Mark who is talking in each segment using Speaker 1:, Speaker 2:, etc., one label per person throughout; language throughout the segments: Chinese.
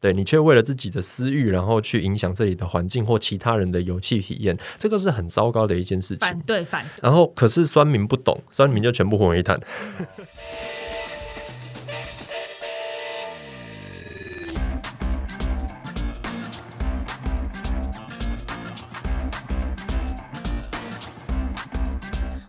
Speaker 1: 对你却为了自己的私欲，然后去影响这里的环境或其他人的游戏体验，这个是很糟糕的一件事
Speaker 2: 反
Speaker 1: 情。
Speaker 2: 对反对，
Speaker 1: 然后可是酸民不懂，酸民就全部混为一谈。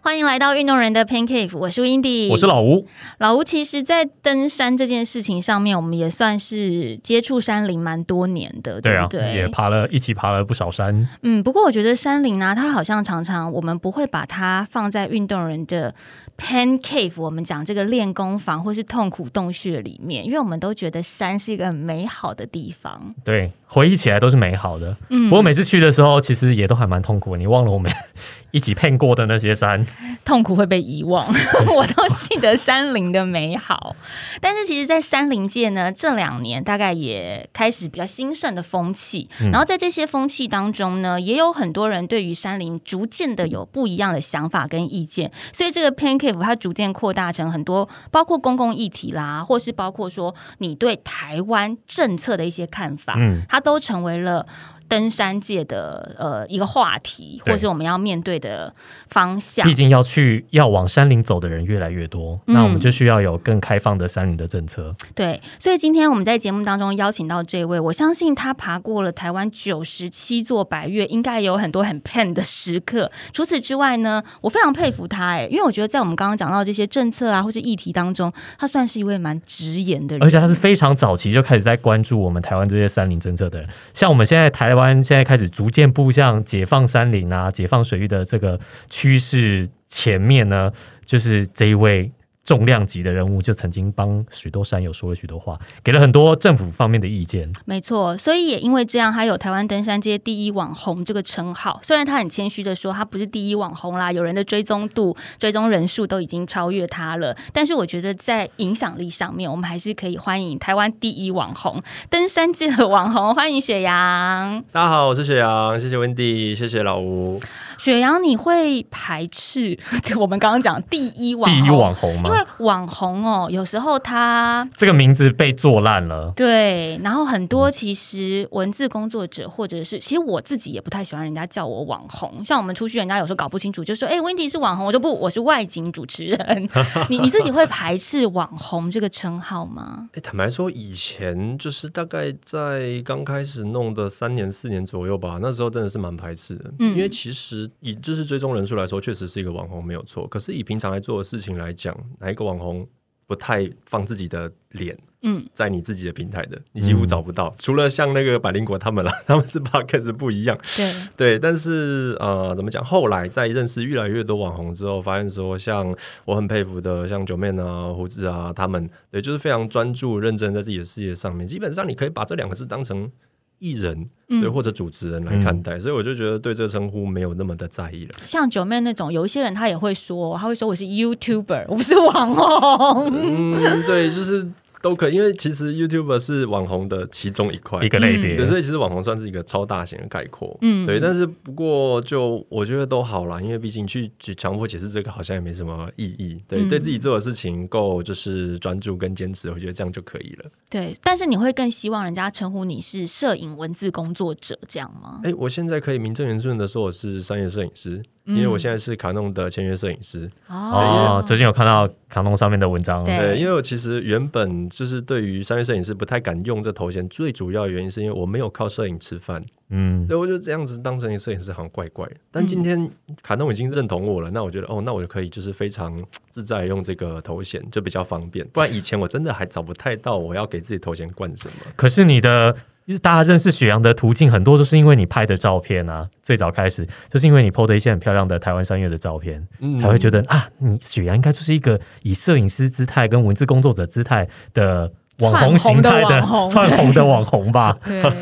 Speaker 3: 欢迎来到运动人的 Pan Cave，我是 Windy，
Speaker 4: 我是老吴，
Speaker 3: 老吴。其实，在登山这件事情上面，我们也算是接触山林蛮多年的，
Speaker 4: 对啊
Speaker 3: 不，对？
Speaker 4: 也爬了一起爬了不少山，
Speaker 3: 嗯，不过我觉得山林呢、它好像常常我们不会把它放在运动人的 pan cave，我们讲这个练功房或是痛苦洞穴里面，因为我们都觉得山是一个很美好的地方。
Speaker 4: 对，回忆起来都是美好的。
Speaker 3: 嗯
Speaker 4: 不过每次去的时候，其实也都还蛮痛苦的。你忘了我们 一起骗过的那些 山，
Speaker 3: 痛苦会被遗忘， 我都记得山林的美好。但是其实，在山林界呢，这两年大概也开始比较兴盛的风气。
Speaker 4: 嗯
Speaker 3: 然后在这些风气当中呢，也有很多人对于山林逐渐的有不一样的想法跟意见。所以这个 Pancave 它逐渐扩大成很多，包括公共议题啦，或是包括说你对台湾政策的一些看法，
Speaker 4: 嗯
Speaker 3: 它都成为了。登山界的呃一个话题，
Speaker 4: 对
Speaker 3: 或是我们要面对的方向
Speaker 4: 毕。竟要去要往山林走的人越来越多，
Speaker 3: 嗯
Speaker 4: 那我们就需要有更开放的山林的政策。
Speaker 3: 对，所以今天我们在节目当中邀请到这位，我相信他爬过了台湾九十七座百岳，应该有很多很 pen 的时刻。除此之外呢，我非常佩服他哎、因为我觉得在我们刚刚讲到这些政策啊或是议题当中，他算是一位蛮直言的人，
Speaker 4: 而且他是非常早期就开始在关注我们台湾这些山林政策的人，像我们现在台湾现在开始逐渐步向解放山林啊、解放水域的这个趋势前面呢，就是这一位重量级的人物就曾经帮许多山友说了许多话，给了很多政府方面的意见。
Speaker 3: 没错，所以也因为这样，他有台湾登山界第一网红这个称号。虽然他很谦虚的说他不是第一网红啦，有人的追踪度、追踪人数都已经超越他了，但是我觉得在影响力上面，我们还是可以欢迎台湾第一网红、登山界的网红，欢迎雪阳。
Speaker 1: 大家好，我是雪阳，谢谢温蒂，谢谢老吴。
Speaker 3: 雪阳，你会排斥我们刚刚讲第一网
Speaker 4: 第
Speaker 3: 红？
Speaker 4: 一网红嘛
Speaker 3: 因，为网红哦，有时候他
Speaker 4: 这个名字被做烂了。
Speaker 3: 对，然后很多其实文字工作者或者是，其实我自己也不太喜欢人家叫我网红。像我们出去，人家有时候搞不清楚，就说：“哎、w e n d y 是网红。”我说：“不，我是外景主持人。”你你自己会排斥网红这个称号吗？
Speaker 1: 哎，坦白说，以前就是大概在刚开始弄的三年、四年左右吧，那时候真的是蛮排斥的，
Speaker 3: 嗯
Speaker 1: 因为其实以就是追踪人数来说，确实是一个网红没有错。可是以平常来做的事情来讲，哪一个网红不太放自己的脸？
Speaker 3: 嗯，
Speaker 1: 在你自己的平台的，你几乎找不到，除了像那个百灵果他们啦， 他们是 podcast 不一样，
Speaker 3: 对，
Speaker 1: 对，但是呃，怎么讲？后来在认识越来越多网红之后，发现说，像我很佩服的，像九妹啊、胡子啊，他们，对，就是非常专注、认真在自己的事业上面。基本上，你可以把这两个字当成艺人，对，或者主持人来看待。所以，我就觉得对这个称呼没有那么的在意了。
Speaker 3: 像九妹那种，有一些人他也会说，他会说我是 YouTuber，我不是网红。
Speaker 1: 嗯，对，就是都可以，因为其实 YouTube 是网红的其中一块
Speaker 4: 一。个类别，
Speaker 1: 对，所以其实网红算是一个超大型的概括，嗯，对。但是不过就我觉得都好啦，因为毕竟去去强迫解释这个好像也没什么意义。对，对自己做的事情够就是专注跟坚持，我觉得这样就可以了。
Speaker 3: 对，但是你会更希望人家称呼你是摄影文字工作者这样吗？
Speaker 1: 哎、我现在可以名正言顺的说我是商业摄影师，因为我现在是卡弄的签约摄影师。
Speaker 4: 哦，最近有看到卡农上面的文章，
Speaker 3: 对
Speaker 1: 对，因为我其实原本就是对于商业摄影师不太敢用这头衔，最主要原因是因为我没有靠摄影吃饭。
Speaker 4: 嗯，
Speaker 1: 对，我就这样子当成一个摄影师，好像怪怪的。但今天卡农已经认同我了，那我觉得哦，那我就可以就是非常自在地用这个头衔，就比较方便。不然以前我真的还找不太到我要给自己头衔冠什么。
Speaker 4: 可是你的大家认识雪阳的途径很多都是因为你拍的照片啊，最早开始就是因为你 PO 的一些很漂亮的台湾山岳的照片，
Speaker 1: 嗯
Speaker 4: 才会觉得啊，你雪阳应该就是一个以摄影师姿态跟文字工作者姿态的网红形态
Speaker 2: 窜红的网红
Speaker 4: 窜红的网 红吧。
Speaker 3: 对，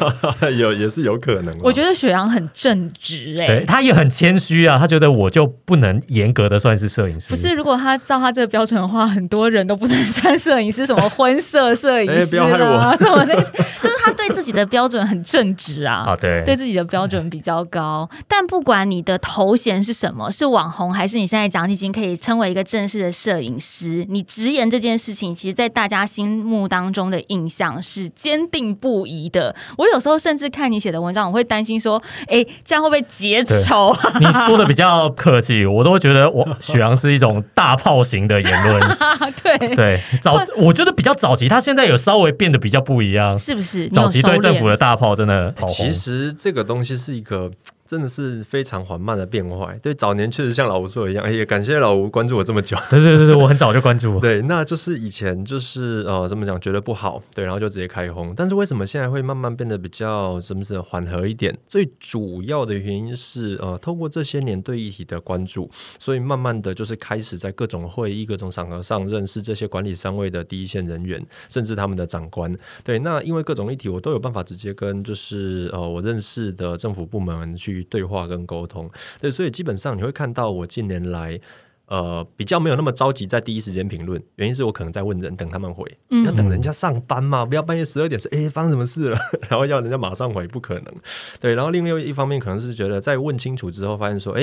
Speaker 1: 有也是有可能啦。
Speaker 2: 我
Speaker 1: 哦
Speaker 2: 觉得雪阳很正直哎、
Speaker 4: 对他也很谦虚啊，他觉得我就不能严格的算是摄影师，
Speaker 2: 不是，如果他照他这个标准的话，很多人都不能算摄影师，什么婚摄摄影
Speaker 1: 哎
Speaker 2: 师
Speaker 1: 不 要害
Speaker 2: 啦，
Speaker 1: 我
Speaker 2: 什么那些，
Speaker 3: 就是他对自己的标准很正直啊。
Speaker 4: 啊，对
Speaker 3: 对自己的标准比较高。但不管你的头衔是什么，是网红还是你现在讲你已经可以称为一个正式的摄影师，你直言这件事情，其实在大家心目当中的印象是坚定不移的。我有时候甚至看你写的文章，我会担心说，哎，这样会不会结仇啊？
Speaker 4: 你说的比较客气，我都觉得我许阳是一种大炮型的言论。
Speaker 3: 对，
Speaker 4: 对，早我觉得比较早期，他现在有稍微变得比较不一样。
Speaker 3: 是不是？你有
Speaker 4: 早期对
Speaker 3: 收
Speaker 4: 政
Speaker 3: 敛
Speaker 4: 府的大炮真的好红
Speaker 1: 哎其，实这个东西是一个真的是非常缓慢的变化。对，早年确实像老吴说的一样，哎、也感谢老吴关注我这么久。
Speaker 4: 对对对对，我很早就关注。
Speaker 1: 对，那就是以前就是呃怎么讲觉得不好，对，然后就直接开轰。但是为什么现在会慢慢变得比较怎么是缓和一点？最主要的原因是呃，透过这些年对议题的关注，所以慢慢的就是开始在各种会议、各种场合上认识这些管理单位的第一线人员，甚至他们的长官。对，那因为各种议题，我都有办法直接跟就是呃我认识的政府部门去对话跟沟通。对，所以基本上你会看到我近年来。呃，比较没有那么着急在第一时间评论，原因是我可能在问人，等他们回，要等人家上班嘛，不要半夜十二点说，哎、发生什么事了， 然后要人家马上回，不可能。对，然后另外一方面可能是觉得在问清楚之后，发现说，哎、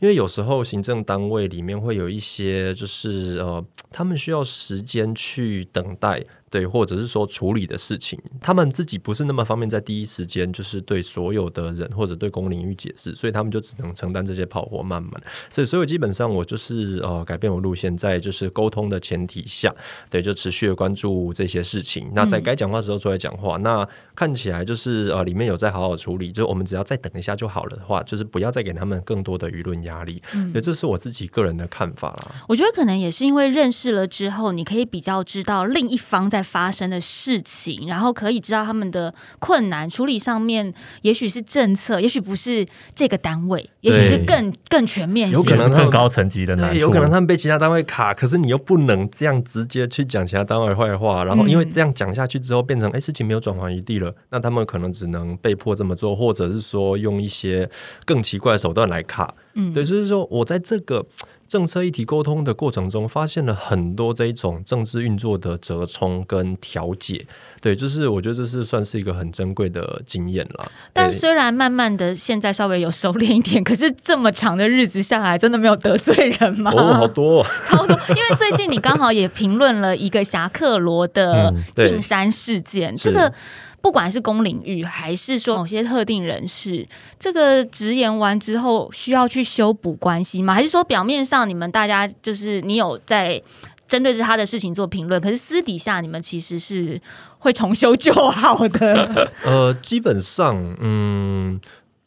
Speaker 1: 因为有时候行政单位里面会有一些，就是呃，他们需要时间去等待。对，或者是说处理的事情，他们自己不是那么方便在第一时间，就是对所有的人或者对公领域解释，所以他们就只能承担这些炮火慢慢。所以，所以基本上我就是呃改变我路线，在就是沟通的前提下，对，就持续的关注这些事情。那在该讲话的时候出来讲话，那看起来就是呃里面有在好好处理，就是我们只要再等一下就好了的话，就是不要再给他们更多的舆论压力。对，这是我自己个人的看法啦。
Speaker 3: 我觉得可能也是因为认识了之后，你可以比较知道另一方在发生的事情，然后可以知道他们的困难处理上面，也许是政策，也许不是这个单位，也许是更更全面
Speaker 1: 有可
Speaker 4: 可
Speaker 1: 能
Speaker 4: 能
Speaker 3: 性。
Speaker 1: 他们
Speaker 4: 更高层级的难
Speaker 1: 对，
Speaker 4: 处，
Speaker 1: 有可能他们被其他单位卡，可是你又不能这样直接去讲其他单位坏话，然后因为这样讲下去之后，变成哎、诶事情没有转圜余地了，那他们可能只能被迫这么做，或者是说用一些更奇怪的手段来卡。嗯，对，就是说我在这个。政策议题沟通的过程中，发现了很多这一种政治运作的折冲跟调解，对，就是我觉得这是算是一个很珍贵的经验啦。
Speaker 3: 但
Speaker 1: 对
Speaker 3: 虽然慢慢的现在稍微有收敛一点，可是这么长的日子下来，真的没有得罪人吗？
Speaker 1: 哦，好多、哦，
Speaker 3: 超多， 因为最近你刚好也评论了一个侠客罗的
Speaker 4: 嗯
Speaker 1: 对
Speaker 3: 进山事件，
Speaker 1: 是
Speaker 3: 这个。不管是公领域，还是说某些特定人士，这个直言完之后需要去修补关系吗？还是说表面上你们大家就是你有在针对着他的事情做评论，可是私底下你们其实是会重修旧好的？
Speaker 1: 呃，基本上，嗯，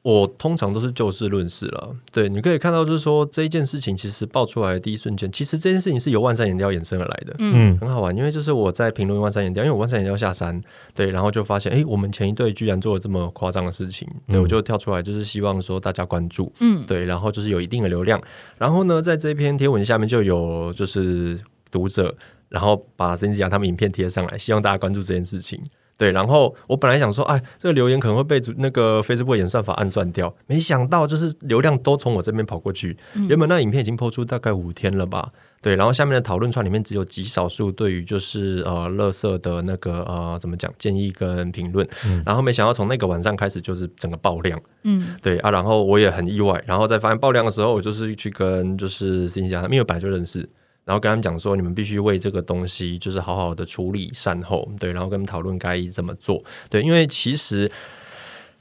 Speaker 1: 我通常都是就事论事了。对，你可以看到，就是说这一件事情，其实爆出来的第一瞬间，其实这件事情是由万山岩雕衍生而来的。
Speaker 4: 嗯，
Speaker 1: 很好玩，因为就是我在评论万山岩雕，因为我万山岩雕下山，对，然后就发现，哎、我们前一队居然做了这么夸张的事情，对、
Speaker 4: 嗯
Speaker 1: 我就跳出来，就是希望说大家关注，
Speaker 3: 嗯，
Speaker 1: 对，然后就是有一定的流量，然后呢，在这篇贴文下面就有就是读者，然后把 c y n t 他们影片贴上来，希望大家关注这件事情。对，然后我本来想说，哎，这个留言可能会被主那个 Facebook 演算法暗算掉，没想到就是流量都从我这边跑过去。
Speaker 4: 嗯
Speaker 1: 原本那影片已经播出大概五天了吧，对，然后下面的讨论串里面只有极少数对于就是呃，乐色的那个呃怎么讲建议跟评论，然后没想到从那个晚上开始就是整个爆量，
Speaker 3: 嗯，
Speaker 1: 对啊，然后我也很意外，然后在发现爆量的时候，我就是去跟就是新疆，因为我本来就认识，然后跟他们讲说，你们必须为这个东西就是好好的处理善后，对，然后跟他们讨论该怎么做，对，因为其实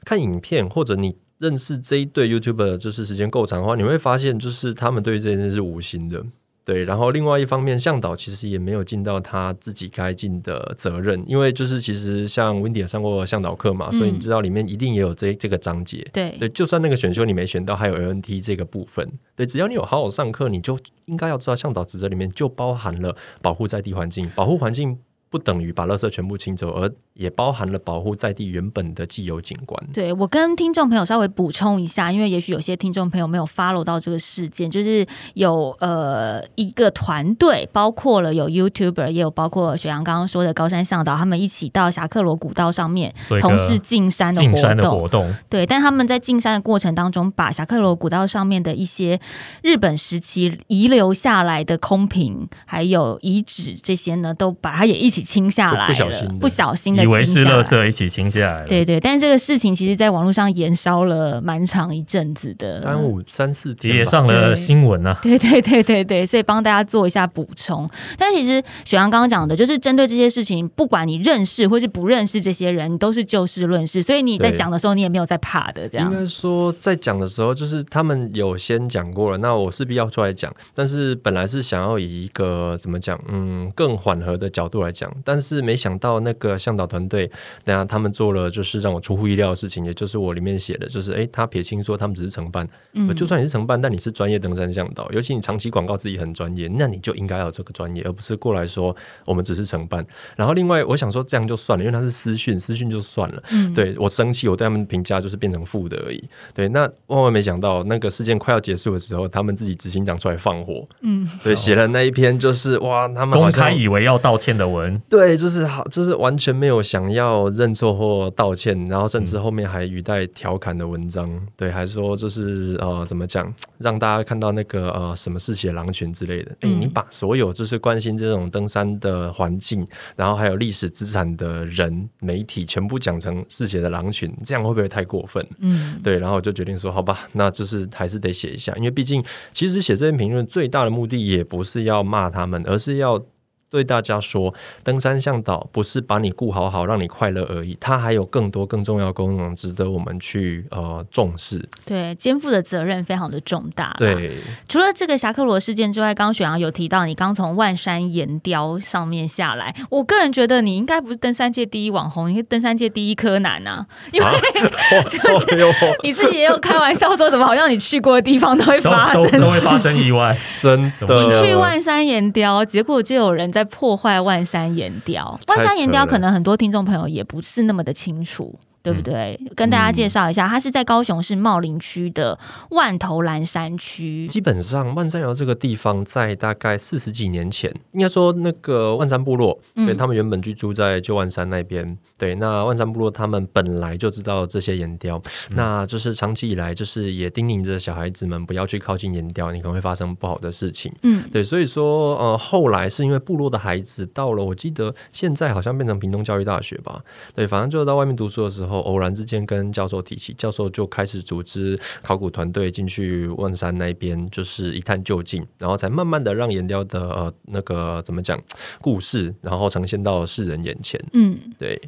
Speaker 1: 看影片或者你。认识这一对 YouTuber 就是时间够长的话，你会发现就是他们对这件事是无心的，对，然后另外一方面，向导其实也没有尽到他自己该尽的责任，因为就是其实像 Wendy 也上过向导课嘛，所以你知道里面一定也有这这个章节。
Speaker 3: 对，
Speaker 1: 对，就算那个选修你没选到，还有 LNT 这个部分，对，只要你有好好上课，你就应该要知道向导职责里面就包含了保护在地环境，保护环境不等于把垃圾全部清走，而也包含了保护在地原本的既有景观。
Speaker 3: 对我跟听众朋友稍微补充一下，因为也许有些听众朋友没有 follow 到这个事件，就是有呃一个团队，包括了有 YouTuber，也有包括雪阳刚刚说的高山向导，他们一起到侠客罗古道上面
Speaker 4: 做一个
Speaker 3: 从事进山的
Speaker 4: 嗯进
Speaker 3: 活
Speaker 4: 山的
Speaker 3: 动。
Speaker 4: 活动，
Speaker 3: 对，但他们在进山的过程当中，把侠客罗古道上面的一些日本时期遗留下来的空瓶，还有遗址这些呢，都把它也一起起清下来
Speaker 1: 就不
Speaker 3: 了，
Speaker 1: 小心的
Speaker 3: 不小心嗯的
Speaker 4: 以为
Speaker 3: 清
Speaker 4: 是垃
Speaker 3: 下来。
Speaker 4: 圾一起清下来了。
Speaker 3: 对对，但是这个事情其实在网络上延烧了蛮长一阵子的，
Speaker 1: 三五三四天吧
Speaker 4: 也上了新闻啊，
Speaker 3: 对对对对对，所以帮大家做一下补充。但其实雪阳刚刚讲的，就是针对这些事情，不管你认识或是不认识这些人，你都是就事论事。所以你在
Speaker 1: 对
Speaker 3: 讲的时候，你也没有在怕的，这
Speaker 1: 应
Speaker 3: 样
Speaker 1: 该说，在讲的时候，就是他们有先讲过了，那我势必要出来讲。但是本来是想要以一个怎么讲，嗯，更缓和的角度来讲，但是没想到那个向导团队，等下他们做了就是让我出乎意料的事情，也就是我里面写的，就是诶，他撇清说他们只是承办，呃就算你是承办，但你是专业登山向导，尤其你长期广告自己很专业，那你就应该要有这个专业，而不是过来说我们只是承办。然后另外，我想说这样就算了，因为他是私讯，私讯就算了。对我生气，我对他们评价就是变成负的而已。对，那万万没想到，那个事件快要结束的时候，他们自己执行长出来放火。嗯，对，写了那一篇就是哇，他们
Speaker 4: 公
Speaker 1: 好像
Speaker 4: 开以为要道歉的文，
Speaker 1: 对，就是好，就是完全没有想要认错或道歉，然后甚
Speaker 4: 嗯
Speaker 1: 至后面还语带调侃的文章，对，还说就是呃，怎么讲，让大家看到那个呃什么是写狼群之类的。哎、你把所有就是关心这种登山的环境，然后还有历史资产的人、媒体，全部讲成嗜血的狼群，这样会不会太过分？
Speaker 3: 嗯，
Speaker 1: 对，然后我就决定说，好吧，那就是还是得写一下，因为毕竟其实写这篇评论最大的目的也不是要骂他们，而是要对大家说，登山向导不是把你顾好好让你快乐而已，它还有更多更重要的功能值得我们去呃重视。
Speaker 3: 对，肩负的责任非常的重大。。
Speaker 1: 对，
Speaker 3: 除了这个侠客罗事件之外，刚刚雪阳有提到你刚从万山岩雕上面下来，我个人觉得你应该不是登山界第一网红，你是登山界第一柯南啊，因 为、
Speaker 1: 哦哟，
Speaker 3: 你自己也有开玩笑说，怎么好像你去过的地方都会
Speaker 4: 都
Speaker 3: 发生
Speaker 4: 都
Speaker 3: 事情
Speaker 4: 都会发生意外。
Speaker 1: 真的，
Speaker 3: 你去万山岩雕，结果就有人在破坏万山岩雕。
Speaker 1: 太
Speaker 3: 万
Speaker 1: 扯了
Speaker 3: 山岩雕可能很多听众朋友也不是那么的清楚。对不对？
Speaker 4: 嗯
Speaker 3: 跟大家介绍一下，它是在高雄市茂林区的万头蓝山区。
Speaker 1: 基本上万山窑这个地方，在大概四十几年前，应该说那个万山部落，
Speaker 3: 嗯
Speaker 1: 对他们原本居住在旧万山那边。对，那万山部落他们本来就知道这些岩雕，
Speaker 3: 嗯
Speaker 1: 那就是长期以来就是也叮咛着小孩子们不要去靠近岩雕，你可能会发生不好的事情。
Speaker 3: 嗯，
Speaker 1: 对，所以说呃，后来是因为部落的孩子到了，我记得现在好像变成屏东教育大学吧，对，反正就到外面读书的时候，偶然之间跟教授提起，教授就开始组织考古团队进去万山那边，就是一探究竟，然后才慢慢的让岩雕的呃那个怎么讲故事，然后呈现到世人眼前。
Speaker 3: 嗯，
Speaker 1: 对，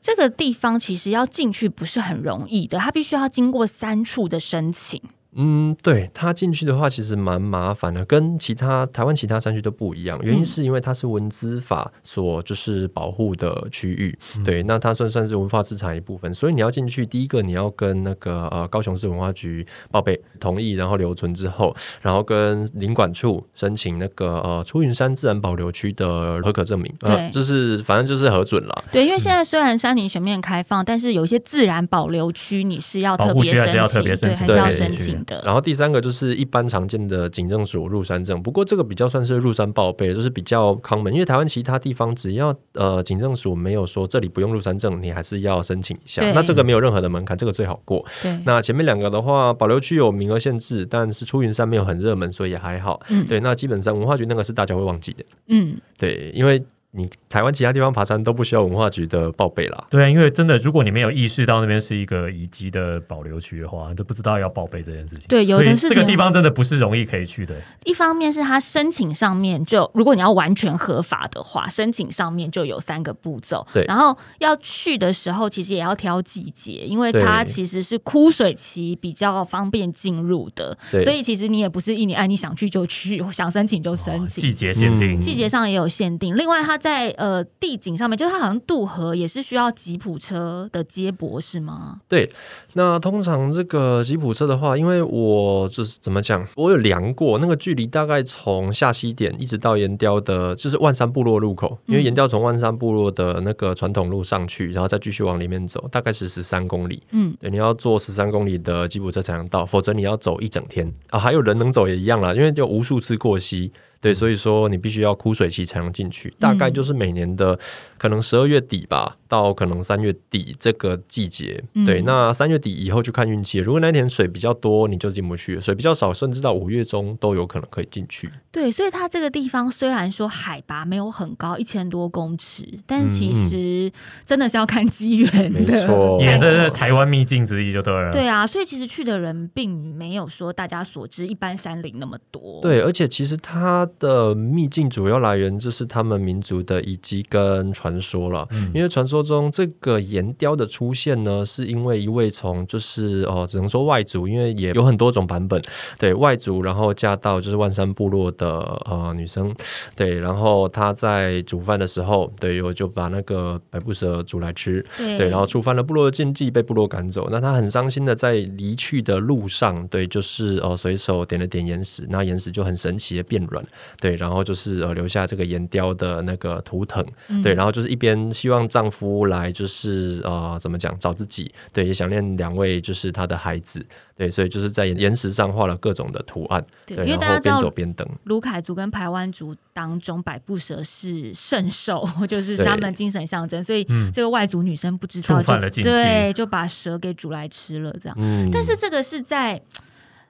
Speaker 3: 这个地方其实要进去不是很容易的，它必须要经过三处的申请。
Speaker 1: 嗯，对，它进去的话其实蛮麻烦的，跟其他台湾其他山区都不一样。原因是因为它是文资法所就是保护的区域，对，那它算算是文化资产一部分，所以你要进去，第一个你要跟那个呃高雄市文化局报备同意，然后留存之后，然后跟领管处申请那个呃出云山自然保留区的合可证明，
Speaker 3: 对
Speaker 1: 呃，就是反正就是核准啦。
Speaker 3: 对，因为现在虽然山林全面开放，但是有一些自然保留区你是要
Speaker 4: 保
Speaker 3: 特
Speaker 4: 护
Speaker 3: 别
Speaker 4: 区还
Speaker 3: 申
Speaker 4: 是
Speaker 3: 请，
Speaker 4: 要特别申
Speaker 3: 对，
Speaker 4: 请
Speaker 3: 还是要
Speaker 1: 对
Speaker 3: 申
Speaker 4: 对
Speaker 3: 请的。
Speaker 1: 然后第三个就是一般常见的警政署入山证，不过这个比较算是入山报备，就是比较 common，因为台湾其他地方只要呃警政署没有说这里不用入山证，你还是要申请一下
Speaker 3: 对。
Speaker 1: 那这个没有任何的门槛，这个最好过。
Speaker 3: 对，
Speaker 1: 那前面两个的话，保留区有名额限制，但是出云山没有很热门，所以也还好。
Speaker 3: 嗯
Speaker 1: 对，那基本上文化局那个是大家会忘记的，
Speaker 3: 嗯，
Speaker 1: 对，因为你台湾其他地方爬山都不需要文化局的报备啦。
Speaker 4: 对啊，因为真的，如果你没有意识到那边是一个遗迹的保留区的话，你都不知道要报备这件事情。
Speaker 3: 对有的
Speaker 4: 所以
Speaker 3: 事情
Speaker 4: 这个地方真的不是容易可以去的。
Speaker 3: 一方面是它申请上面就，如果你要完全合法的话，申请上面就有三个步骤。
Speaker 1: 对
Speaker 3: 然后要去的时候，其实也要挑季节，因为
Speaker 1: 对
Speaker 3: 它其实是枯水期比较方便进入的，
Speaker 1: 对
Speaker 3: 所以其实你也不是一年哎，你想去就去，想申请就申
Speaker 4: 哦
Speaker 3: 请。
Speaker 4: 季节限定，
Speaker 1: 嗯
Speaker 3: 季节上也有限定，另外它在呃地景上面，就是它好像渡河也是需要吉普车的接驳，是吗？
Speaker 1: 对，那通常这个吉普车的话，因为我就是怎么讲，我有量过那个距离，大概从下西点一直到岩雕的，就是万山部落入口，因为岩雕从万山部落的那个传统路上去，然后再继续往里面走，大概是十三公里。
Speaker 3: 嗯，
Speaker 1: 对，你要坐十三公里的吉普车才能到，否则你要走一整天啊。还有人能走也一样啦，因为就无数次过膝。对，所以说你必须要枯水期才能进去，大概就是每年的可能十二月底吧，到可能三月底这个季节。对，那三月底以后就看运气了，如果那天水比较多，你就进不去；水比较少，甚至到五月中都有可能可以进去。
Speaker 3: 对，所以它这个地方虽然说海拔没有很高，一千多公尺，但其实真的是要看机缘的。
Speaker 1: 嗯没错
Speaker 4: 也这是台湾秘境之一，就对了。
Speaker 3: 对啊，所以其实去的人并没有说大家所知一般山林那么多。
Speaker 1: 对，而且其实它的秘境主要来源就是他们民族的遗迹跟传说了。因为传说中这个岩雕的出现呢，是因为一位从就是哦、呃只能说外族，因为也有很多种版本，对外族，然后嫁到就是万山部落的呃女生，对，然后她在煮饭的时候，对，有就把那个白布蛇煮来吃，
Speaker 3: 对
Speaker 1: 对，然后触犯了部落的禁忌，被部落赶走。那他很伤心的在离去的路上，对，就是呃随手点了点岩石，那岩石就很神奇的变软，对，然后就是呃留下这个岩雕的那个图腾，
Speaker 3: 嗯
Speaker 1: 对，然后就是一边希望丈夫来就是呃怎么讲找自己，对，也想念两位就是他的孩子，对，所以就是在岩岩石上画了各种的图案，
Speaker 3: 对
Speaker 1: 对，
Speaker 3: 因为
Speaker 1: 然
Speaker 3: 大家
Speaker 1: 后
Speaker 3: 知道
Speaker 1: 边走边等。
Speaker 3: 卢凯族跟排湾族当中，百步蛇是圣兽， 就是是他们的精神象征，所以
Speaker 1: 嗯
Speaker 3: 这个外族女生不知道
Speaker 4: 触犯
Speaker 3: 就
Speaker 4: 了禁忌
Speaker 3: 对，就把蛇给煮来吃了这样。
Speaker 1: 嗯，
Speaker 3: 但是这个是在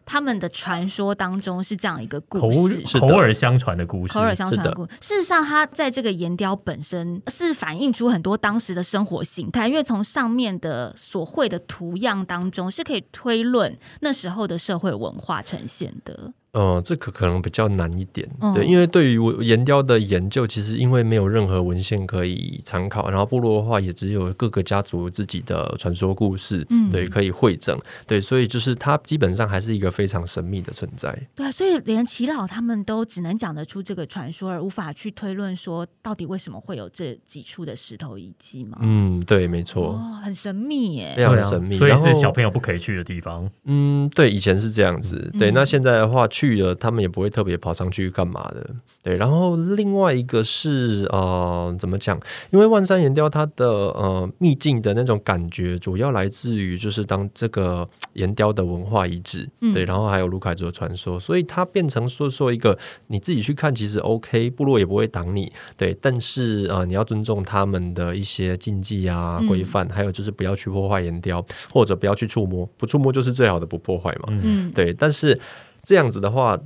Speaker 3: 他们的传说当中是这样一个
Speaker 4: 口
Speaker 3: 故事，
Speaker 1: 是的
Speaker 4: 口耳相传的故事，
Speaker 3: 口耳相传
Speaker 1: 是
Speaker 3: 的
Speaker 1: 的
Speaker 3: 故事。事实上，它在这个岩雕本身是反映出很多当时的生活形态，因为从上面的所绘的图样当中是可以推论那时候的社会文化呈现的。
Speaker 1: 嗯，这个可能比较难一点，
Speaker 3: 嗯
Speaker 1: 对，因为对于我岩雕的研究，其实因为没有任何文献可以参考，然后部落的话也只有各个家族自己的传说故事，
Speaker 3: 嗯
Speaker 1: 对，可以会诊，对，所以就是它基本上还是一个非常神秘的存在，
Speaker 3: 对，啊所以连齐老他们都只能讲得出这个传说，而无法去推论说到底为什么会有这几处的石头遗迹嘛。
Speaker 1: 嗯，对，没错，
Speaker 3: 哦，很神秘耶。
Speaker 1: 非常的神秘，
Speaker 4: 啊所以
Speaker 1: 然后
Speaker 4: 是小朋友不可以去的地方。
Speaker 1: 嗯，对，以前是这样子，对。
Speaker 3: 嗯
Speaker 1: 那现在的话，去了他们也不会特别跑上去干嘛的，对。然后另外一个是呃，怎么讲？因为万山岩雕它的呃秘境的那种感觉，主要来自于就是当这个岩雕的文化遗址，
Speaker 3: 嗯
Speaker 1: 对。然后还有卢凯族的传说，所以它变成说说一个你自己去看，其实 OK，部落也不会挡你，对。但是呃，你要尊重他们的一些禁忌啊、
Speaker 3: 嗯
Speaker 1: 规范，还有就是不要去破坏岩雕，或者不要去触摸，不触摸就是最好的不破坏嘛。
Speaker 3: 嗯，
Speaker 1: 对，但是这样子的话，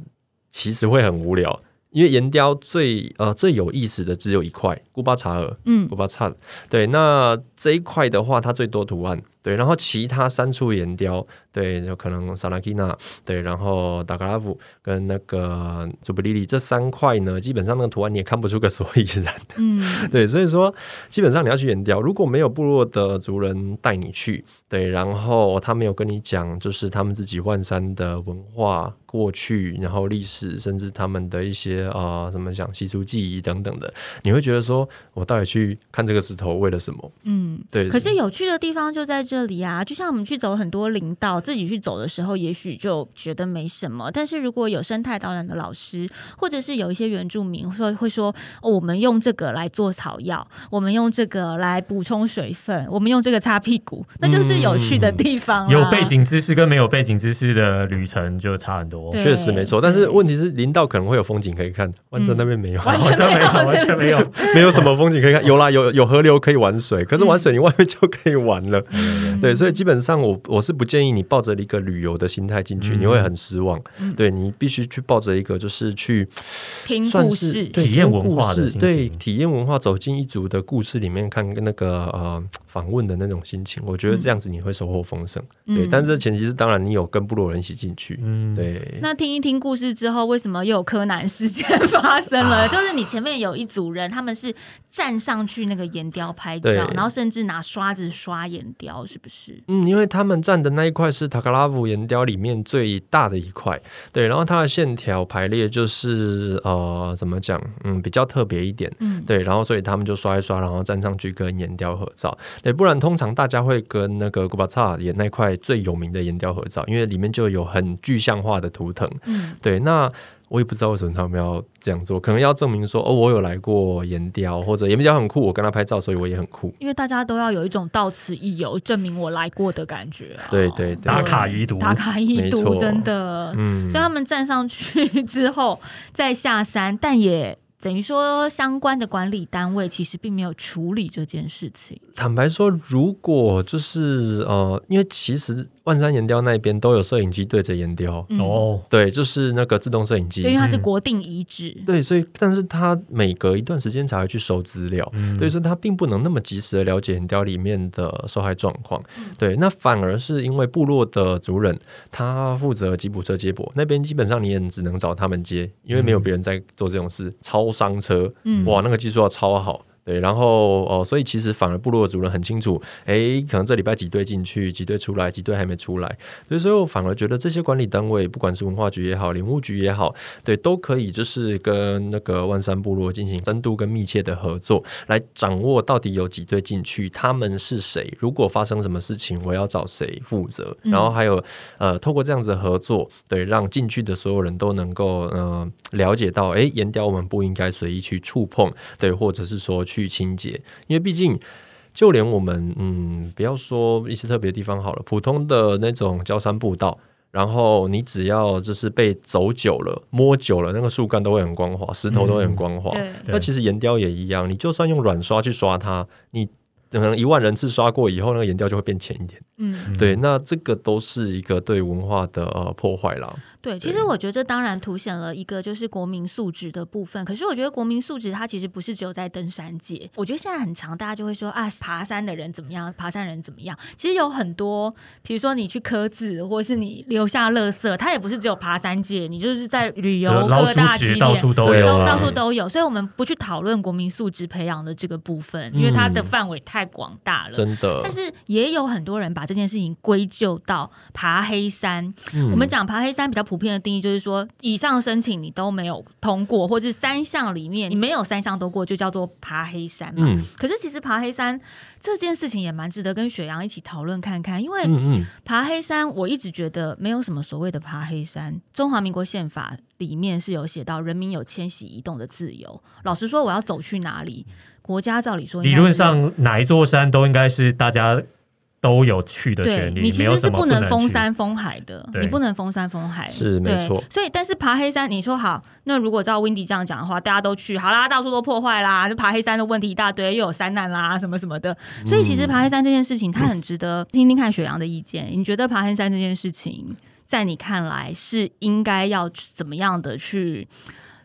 Speaker 1: 其实会很无聊，因为岩雕最呃最有意思的只有一块古巴查尔，
Speaker 3: 嗯
Speaker 1: 古巴查尔。对，那这一块的话，它最多图案。对，然后其他三处岩雕，对，就可能萨拉基纳，对，然后达格拉夫跟那个祖布利利这三块呢，基本上那个图案你也看不出个所以然。
Speaker 3: 嗯，
Speaker 1: 对，所以说基本上你要去岩雕，如果没有部落的族人带你去，对，然后他没有跟你讲，就是他们自己万山的文化、过去，然后历史，甚至他们的一些啊、呃怎么讲习俗记忆等等的，你会觉得说，我到底去看这个石头为了什么？
Speaker 3: 嗯。
Speaker 1: 对，
Speaker 3: 可是有趣的地方就在这里啊！就像我们去走很多林道，自己去走的时候，也许就觉得没什么。但是如果有生态导览的老师，或者是有一些原住民说会说、哦，我们用这个来做草药，我们用这个来补充水分，我们用这个擦屁股，那就是有趣的地方、啊
Speaker 4: 嗯有背，景知识跟没有背景知识的旅程就差很多。
Speaker 3: 对嗯
Speaker 1: 确实没错，但是问题是林道可能会有风景可以看，万山那边没有。
Speaker 3: 完
Speaker 4: 好
Speaker 3: 全
Speaker 4: 像
Speaker 3: 没
Speaker 4: 没 有，
Speaker 3: 有，
Speaker 4: 完
Speaker 3: 是
Speaker 4: 全
Speaker 3: 不
Speaker 4: 没
Speaker 3: 是？
Speaker 4: 有。
Speaker 1: 没有什么风景可以看，有啦，有有河流可以玩水，可是玩水你外面就可以玩了，
Speaker 4: 嗯
Speaker 1: 对，所以基本上我我是不建议你抱着一个旅游的心态进去，
Speaker 4: 嗯
Speaker 1: 你会很失望。对你必须去抱着一个就是去
Speaker 3: 听
Speaker 1: 算
Speaker 3: 故
Speaker 1: 是
Speaker 3: 事，
Speaker 1: 对
Speaker 4: 嗯体验文化的
Speaker 1: 听故
Speaker 4: 心
Speaker 1: 事
Speaker 4: 情
Speaker 1: 对体验文化走进一族的故事里面看那个呃访问的那种心情，我觉得这样子你会收获丰盛。对，但这前提是当然你有跟部落人一起进去，
Speaker 4: 嗯，
Speaker 1: 对。
Speaker 3: 那听一听故事之后，为什么又有柯南事件发生了？就是你前面有一组人，他们是站上去那个岩雕拍照
Speaker 1: 对，
Speaker 3: 然后甚至拿刷子刷岩雕，是不是？
Speaker 1: 嗯，因为他们站的那一块是塔克拉夫岩雕里面最大的一块，对，然后它的线条排列就是呃，怎么讲，嗯，比较特别一点，
Speaker 3: 嗯，
Speaker 1: 对，然后所以他们就刷一刷，然后站上去跟岩雕合照，对，不然通常大家会跟那个古巴查也那块最有名的岩雕合照，因为里面就有很具象化的图腾，
Speaker 3: 嗯
Speaker 1: 对，那我也不知道为什么他们要这样做，可能要证明说哦，我有来过岩雕，或者岩雕很酷，我跟他拍照，所以我也很酷。
Speaker 3: 因为大家都要有一种到此一游，证明我来过的感觉啊、
Speaker 1: 对对对
Speaker 4: 打卡遗毒
Speaker 3: 打卡一
Speaker 1: 没
Speaker 3: 读，
Speaker 1: 错
Speaker 3: 真的。
Speaker 1: 嗯，
Speaker 3: 所以他们站上去之后再下山，但也等于说相关的管理单位其实并没有处理这件事情。
Speaker 1: 坦白说，如果就是呃，因为其实万山岩雕那边都有摄影机对着岩雕，
Speaker 3: 嗯，
Speaker 4: 哦，
Speaker 1: 对，就是那个自动摄影机
Speaker 3: 对，因为，它是国定遗址。
Speaker 1: 对，所以但是它每隔一段时间才会去收资料，
Speaker 4: 嗯
Speaker 1: 对，所以他并不能那么及时的了解岩雕里面的受害状况。
Speaker 3: 嗯
Speaker 1: 对，那反而是因为部落的族人，他负责吉普车接驳，那边基本上你也只能找他们接，因为没有别人在做这种事。超商车，
Speaker 3: 嗯
Speaker 1: 哇，那个技术要超好。对，然后哦，所以其实反而部落的族人很清楚，诶，可能这礼拜几队进去，几队出来，几队还没出来，所以所以我反而觉得这些管理单位，不管是文化局也好，林务局也好，对，都可以就是跟那个万山部落进行深度跟密切的合作，来掌握到底有几队进去，他们是谁，如果发生什么事情，我要找谁负责，然后还有呃，透过这样子的合作，对，让进去的所有人都能够呃了解到，诶，岩雕我们不应该随意去触碰，对，或者是说去清洁，因为毕竟。就连我们，嗯，不要说一些特别地方好了，普通的那种郊山步道，然后你只要就是被走久了、摸久了，那个树干都会很光滑，石头都会很光滑。
Speaker 3: 对，
Speaker 1: 那其实岩雕也一样，你就算用软刷去刷它，你可能一万人次刷过以后，那个岩雕就会变浅一点。
Speaker 3: 嗯，
Speaker 1: 对，那这个都是一个对文化的呃破坏啦。
Speaker 3: 对。其实我觉得这当然凸显了一个就是国民素质的部分。可是我觉得国民素质它其实不是只有在登山界。我觉得现在很常大家就会说啊，爬山的人怎么样，爬山人怎么样。其实有很多，比如说你去科字，或是你留下垃圾，它也不是只有爬山界，你就是在旅游
Speaker 4: 就老
Speaker 3: 各
Speaker 4: 鼠
Speaker 3: 大景
Speaker 4: 屎
Speaker 3: 点
Speaker 4: 到处都
Speaker 1: 对
Speaker 4: 有
Speaker 3: 都
Speaker 4: 啊，
Speaker 3: 到处都有，所以我们不去讨论国民素质培养的这个部分，
Speaker 4: 嗯
Speaker 3: 因为它的范围太广大了。
Speaker 1: 真的
Speaker 3: 嗯但，是也有很多人把这件事情归咎到爬黑山。
Speaker 1: 嗯
Speaker 3: 我们讲爬黑山比较普遍的定义就是说，以上申请你都没有通过，或是三项里面你没有三项都过，就叫做爬黑山嘛。
Speaker 1: 嗯
Speaker 3: 可是其实爬黑山这件事情也蛮值得跟雪阳一起讨论看看，因为
Speaker 1: 嗯嗯，
Speaker 3: 爬黑山，我一直觉得没有什么所谓的爬黑山。中华民国宪法里面是有写到人民有迁徙移动的自由。老实说，我要走去哪里，国家照理说应
Speaker 4: 理
Speaker 3: 该是
Speaker 4: 论上哪一座山都应该是大家都有去的
Speaker 3: 对
Speaker 4: 权利，
Speaker 3: 你其
Speaker 4: 没有
Speaker 3: 实是
Speaker 4: 什么
Speaker 3: 不能
Speaker 4: 去
Speaker 3: 封山封海的，
Speaker 4: 对
Speaker 3: 你不能封山封海
Speaker 1: 是没
Speaker 3: 对
Speaker 1: 错
Speaker 3: 所以，但是爬黑山，你说好，那如果照 Windy 这样讲的话，大家都去好啦，到处都破坏啦，就爬黑山的问题一大堆，又有山难啦，什么什么的。
Speaker 4: 嗯
Speaker 3: 所以，其实爬黑山这件事情，它很值得听听看雪阳的意见。你觉得爬黑山这件事情，在你看来是应该要怎么样的去？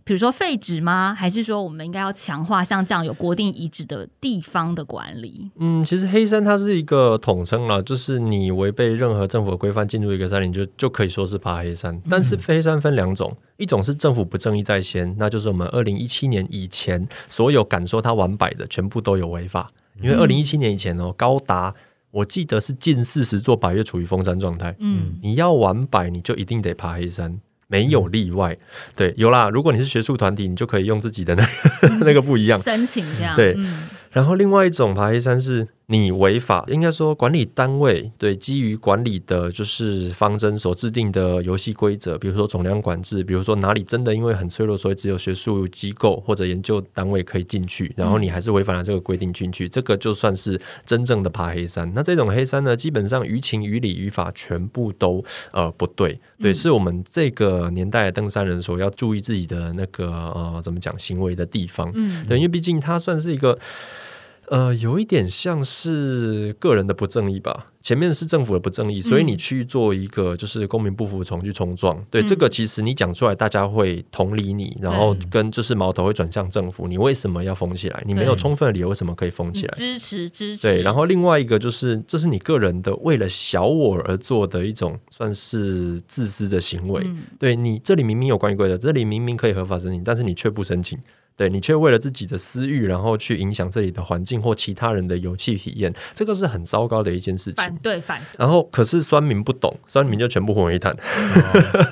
Speaker 3: 比如说废止吗？还是说我们应该要强化像这样有国定遗址的地方的管理？
Speaker 1: 嗯，其实黑山它是一个统称啦，就是你违背任何政府的规范进入一个山林就，就可以说是爬黑
Speaker 3: 嗯
Speaker 1: 山。但是黑山分两种，一种是政府不正义在先，那就是我们二零一七年以前所有敢说它完百的，全部都有违法。因
Speaker 3: 嗯
Speaker 1: 为二零一七年以前哦，高达我记得是近四十座百越处于封山状态。
Speaker 3: 嗯
Speaker 1: 你要完百，你就一定得爬黑山，没有例外。对，有啦，如果你是学术团体，你就可以用自己的那个 那个不一样。
Speaker 3: 申请这样
Speaker 1: 对
Speaker 3: 嗯
Speaker 1: 然后另外一种爬黑山是你违法，应该说管理单位对基于管理的就是方针所制定的游戏规则，比如说总量管制，比如说哪里真的因为很脆弱，所以只有学术机构或者研究单位可以进去，然后你还是违反了这个规定进去，这个就算是真正的爬黑山。那这种黑山呢，基本上于情于理于法全部都呃不对，对，是我们这个年代的登山人所要注意自己的那个呃怎么讲行为的地方。
Speaker 3: 嗯
Speaker 1: 对，因为毕竟它算是一个。呃，有一点像是个人的不正义吧。前面是政府的不正义，所以你去做一个就是公民不服从去冲撞。对、这个，其实你讲出来，大家会同理你，然后跟就是矛头会转向政府。你为什么要封起来？你没有充分的理由，为什么可以封起来？
Speaker 3: 支持支持。
Speaker 1: 对，然后另外一个就是，这是你个人的为了小我而做的一种算是自私的行为。
Speaker 3: 嗯
Speaker 1: 对你这里明明有关于规则，这里明明可以合法申请，但是你却不申请。对你却为了自己的私欲，然后去影响这里的环境或其他人的游戏体验，这个是很糟糕的一件事
Speaker 3: 反
Speaker 1: 情。
Speaker 3: 对反
Speaker 1: 然后，可是酸民不懂，酸民就全部混为一谈，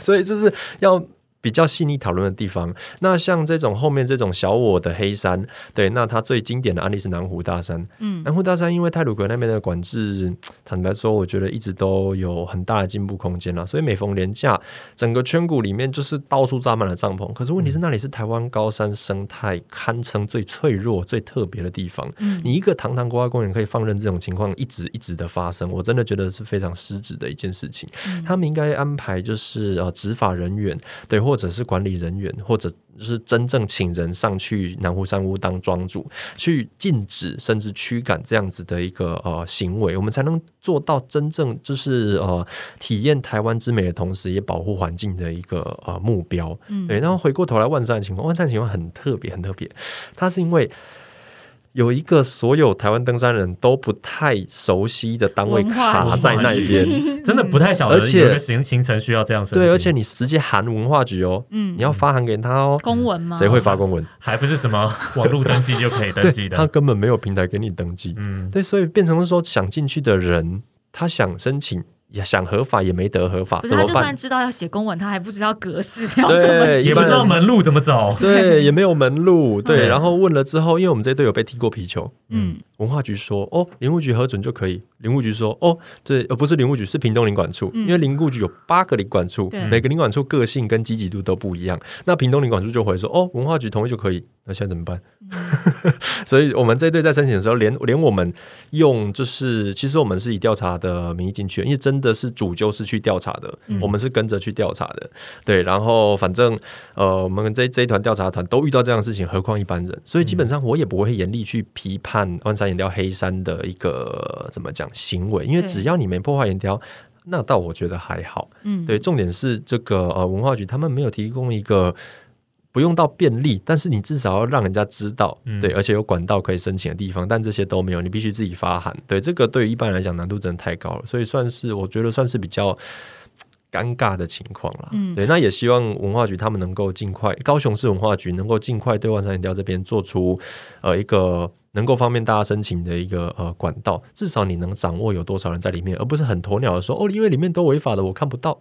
Speaker 1: 所以就是要比较细腻讨论的地方。那像这种后面这种小我的黑山，对，那它最经典的案例是南湖大山。
Speaker 3: 嗯
Speaker 1: 南湖大山因为泰鲁阁那边的管制，坦白说，我觉得一直都有很大的进步空间啦。所以每逢年假，整个圈谷里面就是到处扎满了帐篷。可是问题是，那里是台湾高山生态堪称最脆弱、最特别的地方。
Speaker 3: 嗯
Speaker 1: 你一个堂堂国家公园可以放任这种情况一直一直的发生，我真的觉得是非常失职的一件事情。
Speaker 3: 嗯
Speaker 1: 他们应该安排就是呃执法人员，对，或者是管理人员，或者就是真正请人上去南湖山屋当庄主，去禁止甚至驱赶这样子的一个呃行为，我们才能做到真正就是呃体验台湾之美的同时，也保护环境的一个呃目标。
Speaker 3: 嗯
Speaker 1: 对，然后回过头来万山的情况，万山的情况很特别，很特别，它是因为。有一个所有台湾登山人都不太熟悉的单位
Speaker 3: 文化
Speaker 1: 卡在那边，
Speaker 4: 真的不太晓
Speaker 1: 而
Speaker 4: 得
Speaker 1: 且
Speaker 4: 有一个行行程需要这样申请，
Speaker 1: 对，而且你直接喊文化局哦，
Speaker 3: 嗯
Speaker 1: 你要发函给他哦，
Speaker 3: 公文吗？
Speaker 1: 谁会发公文？
Speaker 4: 还不是什么网络登记就可以登记
Speaker 1: 对他
Speaker 4: 的。
Speaker 1: 根本没有平台给你登记，
Speaker 4: 嗯，
Speaker 1: 对，所以变成是说想进去的人，他想申请也想合法也没得合法，
Speaker 3: 不
Speaker 1: 怎
Speaker 3: 是他
Speaker 1: 么
Speaker 3: 就算
Speaker 1: 办？
Speaker 3: 知道要写公文，他还不知道格式要怎么
Speaker 1: 对，一
Speaker 4: 也不
Speaker 1: 般
Speaker 4: 知道
Speaker 1: 人
Speaker 4: 门路怎么走。
Speaker 1: 对，也没有门路，对。
Speaker 4: 嗯
Speaker 1: 然后问了之后，因为我们这一队有被踢过皮球，
Speaker 3: 嗯
Speaker 1: 文化局说哦，林务局核准就可以。林务局说哦，这呃不是林务局，是屏东领管处，
Speaker 3: 嗯
Speaker 1: 因为林务局有八个领管处
Speaker 3: 对，
Speaker 1: 每个领管处个性跟积极度都不一样。那屏东领管处就回说哦，文化局同意就可以。那现在怎么办？
Speaker 3: 嗯
Speaker 1: 所以我们这一队在申请的时候，连连我们用就是，其实我们是以调查的名义进去的，因为真的是主揪是去调查的，
Speaker 3: 嗯
Speaker 1: 我们是跟着去调查的，对。然后反正呃，我们这这一团调查团都遇到这样的事情，何况一般人？所以基本上我也不会严厉去批判万山岩雕黑山的一个怎么讲行为，因为
Speaker 3: 对
Speaker 1: 只要你没破坏岩雕。那倒我觉得还好，
Speaker 3: 嗯，
Speaker 1: 对，重点是这个呃文化局他们没有提供一个不用到便利，但是你至少要让人家知道，
Speaker 4: 嗯
Speaker 1: 对，而且有管道可以申请的地方，但这些都没有，你必须自己发函。对，这个对于一般人来讲难度真的太高了，所以算是我觉得算是比较。尴尬的情况啦，
Speaker 3: 嗯
Speaker 1: 对，那也希望文化局他们能够尽快，高雄市文化局能够尽快对万山岩雕这边做出呃一个能够方便大家申请的一个呃管道，至少你能掌握有多少人在里面，而不是很鸵鸟的说哦，因为里面都违法的，我看不到。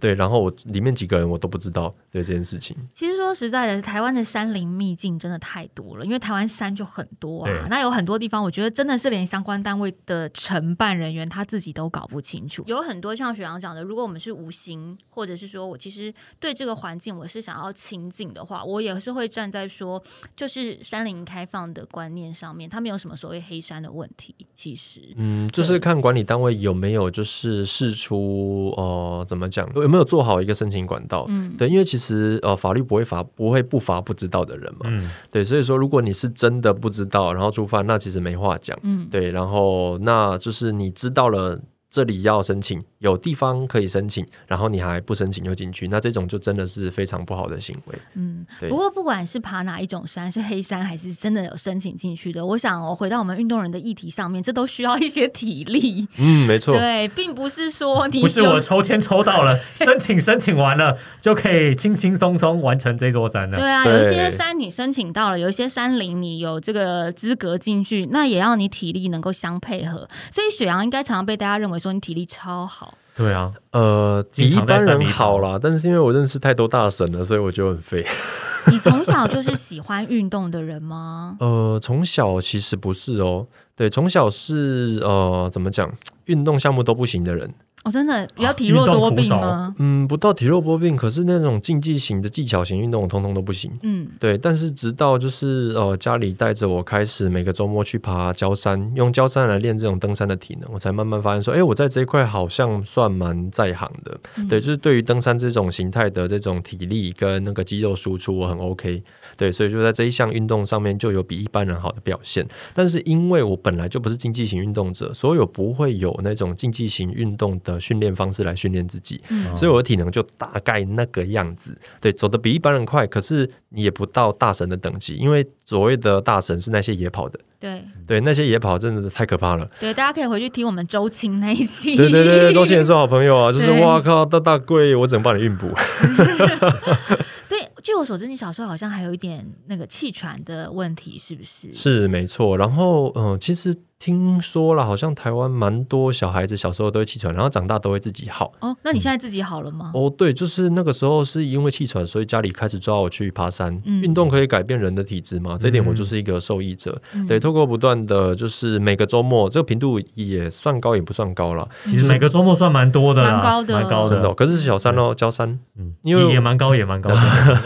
Speaker 1: 对，然后我里面几个人我都不知道对这件事情。
Speaker 3: 其实说实在的，台湾的山林秘境真的太多了，因为台湾山就很多啊
Speaker 4: 对。
Speaker 3: 那有很多地方，我觉得真的是连相关单位的承办人员他自己都搞不清楚。
Speaker 5: 有很多像雪阳讲的，如果我们是无心，或者是说我其实对这个环境我是想要亲近的话，我也是会站在说，就是山林开放的观念上面，它没有什么所谓黑山的问题。其实，
Speaker 1: 嗯，就是看管理单位有没有就是试出呃怎么讲，有没有做好一个申请管道。
Speaker 5: 嗯
Speaker 1: 对，因为其实呃法律不会罚，不会不罚不知道的人嘛。
Speaker 4: 嗯，
Speaker 1: 对，所以说如果你是真的不知道，然后触犯，那其实没话讲。
Speaker 3: 嗯，
Speaker 1: 对，然后那就是你知道了这里要申请，有地方可以申请，然后你还不申请就进去，那这种就真的是非常不好的行为。
Speaker 3: 嗯，
Speaker 1: 对
Speaker 3: 不过不管是爬哪一种山，是黑山还是真的有申请进去的，我想哦，回到我们运动人的议题上面，这都需要一些 体力。
Speaker 1: 嗯，没错。
Speaker 3: 对，并不是说你
Speaker 4: 不是
Speaker 3: 有
Speaker 4: 我抽签抽到 了，申请申请完了就可以轻轻松松完成这座山了。
Speaker 3: 对啊，
Speaker 1: 对
Speaker 3: 有一些山你申请到了，有一些山林你有这个资格进去，那也要你体力能够相配合。所以雪阳应该常常被大家认为说你体力 超好，
Speaker 4: 对啊，
Speaker 1: 呃，比
Speaker 4: 经
Speaker 1: 一
Speaker 4: 常在
Speaker 1: 般
Speaker 4: 山
Speaker 1: 人
Speaker 4: 里
Speaker 1: 好
Speaker 4: 跑
Speaker 1: 啦，但是因为我认识太多大神了，所以我觉得很废。
Speaker 3: 你从小就是喜欢运动的人吗？
Speaker 1: 呃，从小其实不是哦，对，从小是呃，怎么讲，运动项目都不行的人。
Speaker 3: 我、哦真的
Speaker 1: 啊
Speaker 3: 比较体弱多病吗？
Speaker 1: 嗯，不到体弱多病，可是那种竞技型的技巧型运动，我通通都不行。
Speaker 3: 嗯
Speaker 1: 对，但是直到就是呃，家里带着我开始每个周末去爬焦山，用焦山来练这种登山的体能，我才慢慢发现说，哎，我在这一块好像算蛮在行的。对，就是对于登山这种形态的这种体力跟那个肌肉输出，我很 OK。对，所以就在这一项运动上面就有比一般人好的表现。但是因为我本来就不是竞技型运动者，所以我不会有那种竞技型运动的训练方式来训练自己。所以我的体能就大概那个样子，对，走得比一般人快，可是你也不到大神的等级，因为所谓的大神是那些野跑的，
Speaker 3: 对
Speaker 1: 对，那些野跑真的太可怕了，
Speaker 3: 对，大家可以回去听我们周青那一期。
Speaker 1: 对对对对，周星驰是好朋友啊，就是
Speaker 3: 对
Speaker 1: 哇靠，大大贵，我怎么帮你运补？
Speaker 3: 所以据我所知，你小时候好像还有一点那个气喘的问题，是不是？
Speaker 1: 是没错，然后嗯、呃其实听说了，好像台湾蛮多小孩子小时候都会气喘，然后长大都会自己好。
Speaker 3: 哦，那你现在自己好了吗？
Speaker 1: 哦，对，就是那个时候是因为气喘，所以家里开始抓我去爬山。
Speaker 3: 嗯
Speaker 1: 运动可以改变人的体质嘛，这一点我
Speaker 4: 嗯
Speaker 1: 就是一个受益者。
Speaker 3: 嗯
Speaker 1: 对，透过不断的，就是每个周末，这个频度也算高，也不算高了，
Speaker 4: 其实每个周末算蛮多的啦，
Speaker 3: 嗯蛮高的
Speaker 4: 蛮高
Speaker 1: 真的哦、
Speaker 4: 的，
Speaker 1: 可是是小山哦，焦山，
Speaker 4: 嗯，
Speaker 1: 因为
Speaker 4: 也蛮高，也蛮高的，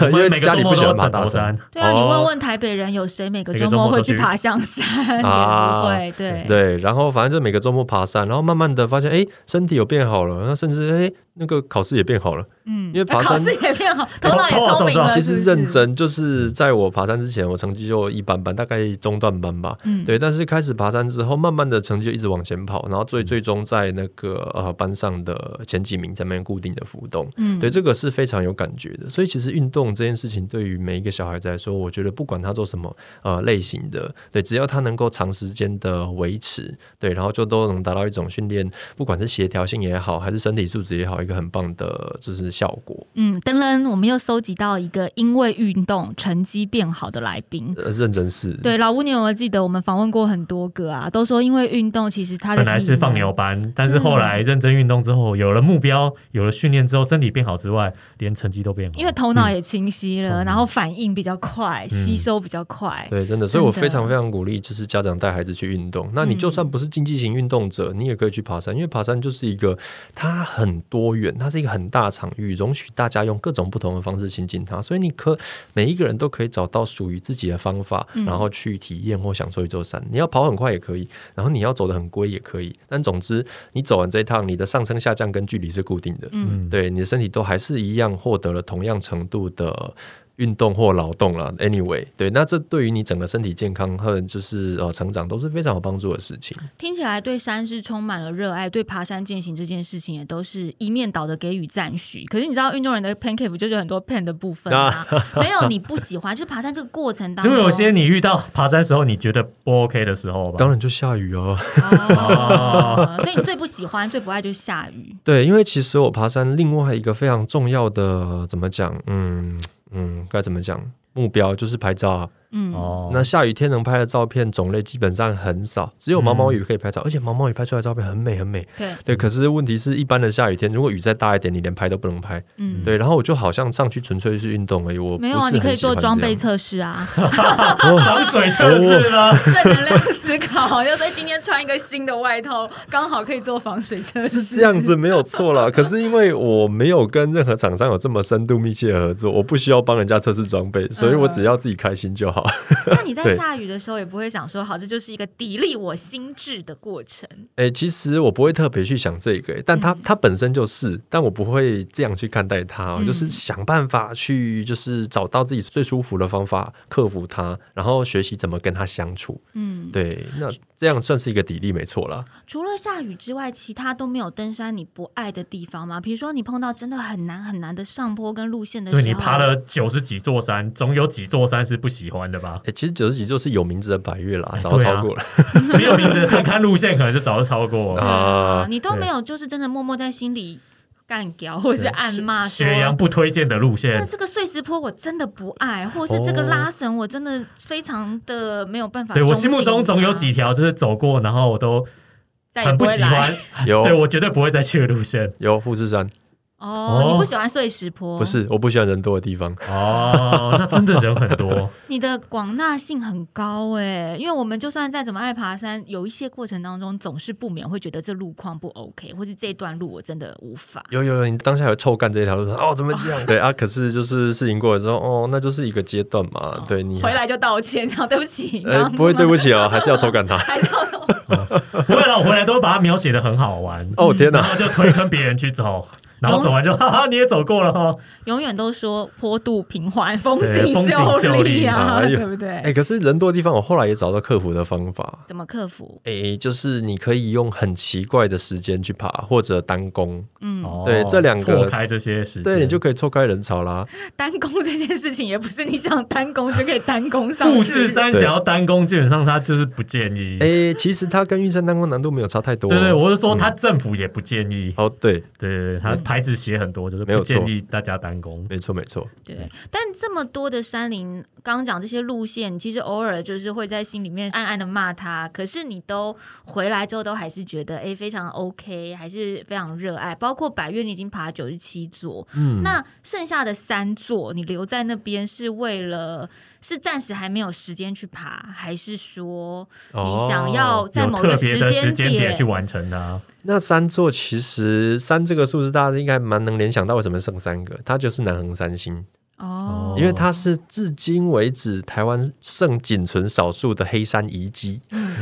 Speaker 4: 我们
Speaker 1: 因为
Speaker 4: 每个
Speaker 1: 家
Speaker 4: 周
Speaker 1: 里
Speaker 4: 末
Speaker 1: 不喜
Speaker 4: 都
Speaker 1: 欢爬
Speaker 4: 整
Speaker 1: 大
Speaker 4: 头山
Speaker 1: 山。
Speaker 3: 对啊，你
Speaker 1: 哦
Speaker 3: 问问台北人有谁每个
Speaker 4: 每个
Speaker 3: 周
Speaker 4: 周末
Speaker 3: 末会
Speaker 4: 都
Speaker 3: 去
Speaker 4: 去
Speaker 3: 爬象山？ 也不
Speaker 1: 啊
Speaker 3: 会，对
Speaker 1: 对，然后反正就每个周末爬山，然后慢慢的发现，哎，身体有变好了，那甚至哎，那个考试也变好了。
Speaker 3: 嗯，
Speaker 1: 因为爬
Speaker 3: 考
Speaker 1: 山
Speaker 3: 试也变好，头脑也
Speaker 4: 头脑
Speaker 3: 聪明了，
Speaker 4: 撞撞
Speaker 1: 哦其
Speaker 3: 呃是
Speaker 1: 实
Speaker 3: 不是
Speaker 1: 认，真，就是在我爬山之前，我成绩就一般般，大概中段班吧。
Speaker 3: 嗯，
Speaker 1: 对，但是开始爬山之后，慢慢的成绩就一直往前跑，然后
Speaker 3: 嗯
Speaker 1: 最最终在那个呃班上的前几名在那边固定的浮动。
Speaker 3: 嗯
Speaker 1: 对，这个是非常有感觉的。所以其实运动这件事情对于每一个小孩子来说，我觉得不管他做什么呃类型的，对，只要他能够长时间的维持，对，然后就都能达到一种训练，不管是协调性也好，还是身体素质也好，一个很棒的就是效果。
Speaker 3: 嗯，噔噔，我们又收集到一个因为运动成绩变好的来宾。
Speaker 1: 呃认真是，
Speaker 3: 对，老吴，你有没有记得我们访问过很多个啊？都说因为运动，其实他的嗯
Speaker 4: 本来
Speaker 3: 体
Speaker 4: 是放
Speaker 3: 能
Speaker 4: 牛班，但是后来认真运动之后，有了目标，有了训练之后，身体变好之外，连成绩都变好。
Speaker 3: 因为头脑也清晰了，
Speaker 4: 嗯
Speaker 3: 然后反应比较快，吸收比较快。
Speaker 1: 对，真的，所以我
Speaker 3: 真的嗯
Speaker 1: 非常非常鼓励，就是家长带孩子去运动。那你就算不是竞技型运动者，你也可以去爬山，因为爬山就是一个它很多元，它是一个很大场域，容许大家用各种不同的方式亲近它。所以你可每一个人都可以找到属于自己的方法，
Speaker 3: 嗯
Speaker 1: 然后去体验或享受一座山。你要跑很快也可以，然后你要走得很龟也可以。但总之，你走完这一趟，你的上升下降跟距离是固定的，
Speaker 3: 嗯
Speaker 1: 嗯，对，你的身体都还是一样获得了同样程度的运动或劳动了。Anyway，对，那这对于你整个身体健康和就是呃成长都是非常有帮助的事情。
Speaker 3: 听起来对山是充满了热爱，对爬山践行这件事情也都是一面倒的给予赞许。可是你知道运动人的 pancake 就是有很多 pan 的部分啊，没有你不喜欢，就是爬山这个过程当
Speaker 4: 只
Speaker 3: 中，啊
Speaker 4: 有 有些你遇到爬山时候你觉得不 OK 的时候吧，
Speaker 1: 当然就下雨哦。
Speaker 3: 哦，所以你最不喜欢、最不爱就是下雨。
Speaker 1: 对，因为其实我爬山另外一个非常重要的呃怎么讲，嗯嗯，该怎么讲？目标就是拍照啊。
Speaker 3: 嗯，
Speaker 4: 哦，
Speaker 1: 那下雨天能拍的照片种类基本上很少，只有毛毛雨可以拍照，而且毛毛雨拍出来的照片很美很美。
Speaker 3: 对，
Speaker 1: 对，可是问题是一般的下雨天，如果雨再大一点，你连拍都不能拍。
Speaker 3: 嗯，
Speaker 1: 对，然后我就好像上去纯粹是运动而已，我
Speaker 3: 没有啊，
Speaker 1: 不是
Speaker 3: 你可以
Speaker 1: 很喜欢
Speaker 3: 做装
Speaker 1: 这
Speaker 3: 备
Speaker 1: 样
Speaker 3: 测试啊，
Speaker 4: 防水测试啦，
Speaker 3: 正能量思考，就所以今天穿一个新的外套，刚好可以做防水 测试。
Speaker 1: 是这样子没有错啦。 可是因为我没有跟任何厂商有这么深度密切的合作，我不需要帮人家测试装
Speaker 4: 嗯
Speaker 1: 备，所以我只要自己开心就好。
Speaker 3: 那你在
Speaker 1: 对
Speaker 3: 下雨的时候也不会想说，好，这就是一个砥砺我心智的过程。
Speaker 1: 哎、其实我不会特别去想这个、但它
Speaker 4: 嗯
Speaker 1: 它本身就是，但我不会这样去看待它、
Speaker 4: 嗯
Speaker 1: 我就是想办法去，就是找到自己最舒服的方法克服它，然后学习怎么跟它相处。
Speaker 3: 嗯，
Speaker 1: 对，那这样算是一个砥砺，没错啦。
Speaker 3: 除了下雨之外，其他都没有登山你不爱的地方吗？比如说你碰到真的很难很难的上坡跟路线的时候，
Speaker 4: 对你爬了九十几座山，总有几座山是不喜欢的吧
Speaker 1: 哎、？其实九十几就是有名字的百越啦，
Speaker 4: 哎
Speaker 1: 早就
Speaker 4: 对啊
Speaker 1: 超过了。
Speaker 4: 没有名字，看看路线可能就早就超过
Speaker 3: 对
Speaker 4: 了。
Speaker 3: 啊
Speaker 1: 啊，
Speaker 3: 你都没有就是真的默默在心里干掉或者是暗骂说
Speaker 4: 学阳不推荐的路
Speaker 3: 那
Speaker 4: 线，
Speaker 3: 这个碎石坡我真的不爱，或是这个
Speaker 1: 哦
Speaker 3: 拉绳我真的非常的没有办法
Speaker 4: 对
Speaker 3: 钟情
Speaker 4: 我
Speaker 3: 它。
Speaker 4: 心目中
Speaker 3: 啊
Speaker 4: 总有几条就是走过，然后我都
Speaker 3: 再也
Speaker 4: 很不
Speaker 3: 哎会
Speaker 4: 喜
Speaker 3: 来
Speaker 4: 欢，
Speaker 1: 有
Speaker 4: 对我绝对不会再去的路线。
Speaker 1: 有富士山，
Speaker 3: 哦
Speaker 4: 哦，
Speaker 3: 你不喜欢碎石坡，
Speaker 1: 不是我不喜欢人多的地方。
Speaker 4: 哦，那真的人很 多，
Speaker 3: 你的广纳性很高哎，因为我们就算再怎么爱爬山，有一些过程当中总是不免会觉得这路况不 OK，或是这段路我真的无法。
Speaker 1: 有有有，你当下有臭干这一条路说哦，怎么这样？ 对啊，可是就是事情过了之后，哦，那就是一个阶段嘛。对你
Speaker 3: 回来就道歉，这样对不起。
Speaker 1: 呃，不会对不 起哦，还是要臭干它。
Speaker 3: 还是要
Speaker 4: 不会了，我回来都会把它描写的很好玩，
Speaker 1: 哦天
Speaker 4: 然
Speaker 1: 哪，
Speaker 4: 后就推坑别人去 走，然后走完就哈哈，你也走过了哈。
Speaker 3: 永远都说坡度平缓，风
Speaker 4: 对
Speaker 3: 景
Speaker 4: 风景
Speaker 3: 秀
Speaker 4: 秀
Speaker 3: 丽
Speaker 4: 丽
Speaker 3: 啊，
Speaker 1: 哎呦
Speaker 3: 对不对？
Speaker 1: 哎、可是人多的地方，我后来也找到克服的方法。
Speaker 3: 怎么克服？
Speaker 1: 哎、就是你可以用很奇怪的时间去爬，或者单攻，
Speaker 3: 嗯，
Speaker 4: 哦
Speaker 1: 对这两个
Speaker 4: 错开这些时间，
Speaker 1: 对你就可以错开人潮啦。
Speaker 3: 单攻这件事情也不是你想单攻就可以单攻上去。
Speaker 4: 富士山想要单攻，基本上他就是不建议。
Speaker 1: 哎、其实它跟玉山单攻难度没有差太多。
Speaker 4: 对对，我是说他政府也不建议。
Speaker 1: 哦对，
Speaker 4: 对对对，他牌子写很多，就是
Speaker 1: 没有
Speaker 4: 不
Speaker 1: 错
Speaker 4: 建议大家单攻。
Speaker 1: 没错没错，
Speaker 3: 对，但这么多的山林，刚刚讲这些路线，其实偶尔就是会在心里面暗暗的骂他，可是你都回来之后，都还是觉得哎非常 OK，还是非常热爱。包括百越，你已经爬九十七座，
Speaker 4: 嗯
Speaker 3: 那剩下的三座你留在那边是为了是暂时还没有时间去爬，还是说
Speaker 1: 哦
Speaker 3: 你想要在
Speaker 4: 哦有
Speaker 3: 某
Speaker 4: 特
Speaker 3: 个
Speaker 4: 别
Speaker 3: 时
Speaker 4: 的时间点
Speaker 3: 点
Speaker 4: 去完成啊它，
Speaker 1: 那三座其实三这个数字，大家应该蛮能联想到为什么剩三个，它就是南横三星，
Speaker 3: 哦
Speaker 1: 因为它是至今为止台湾剩仅存少数的黑山遗迹。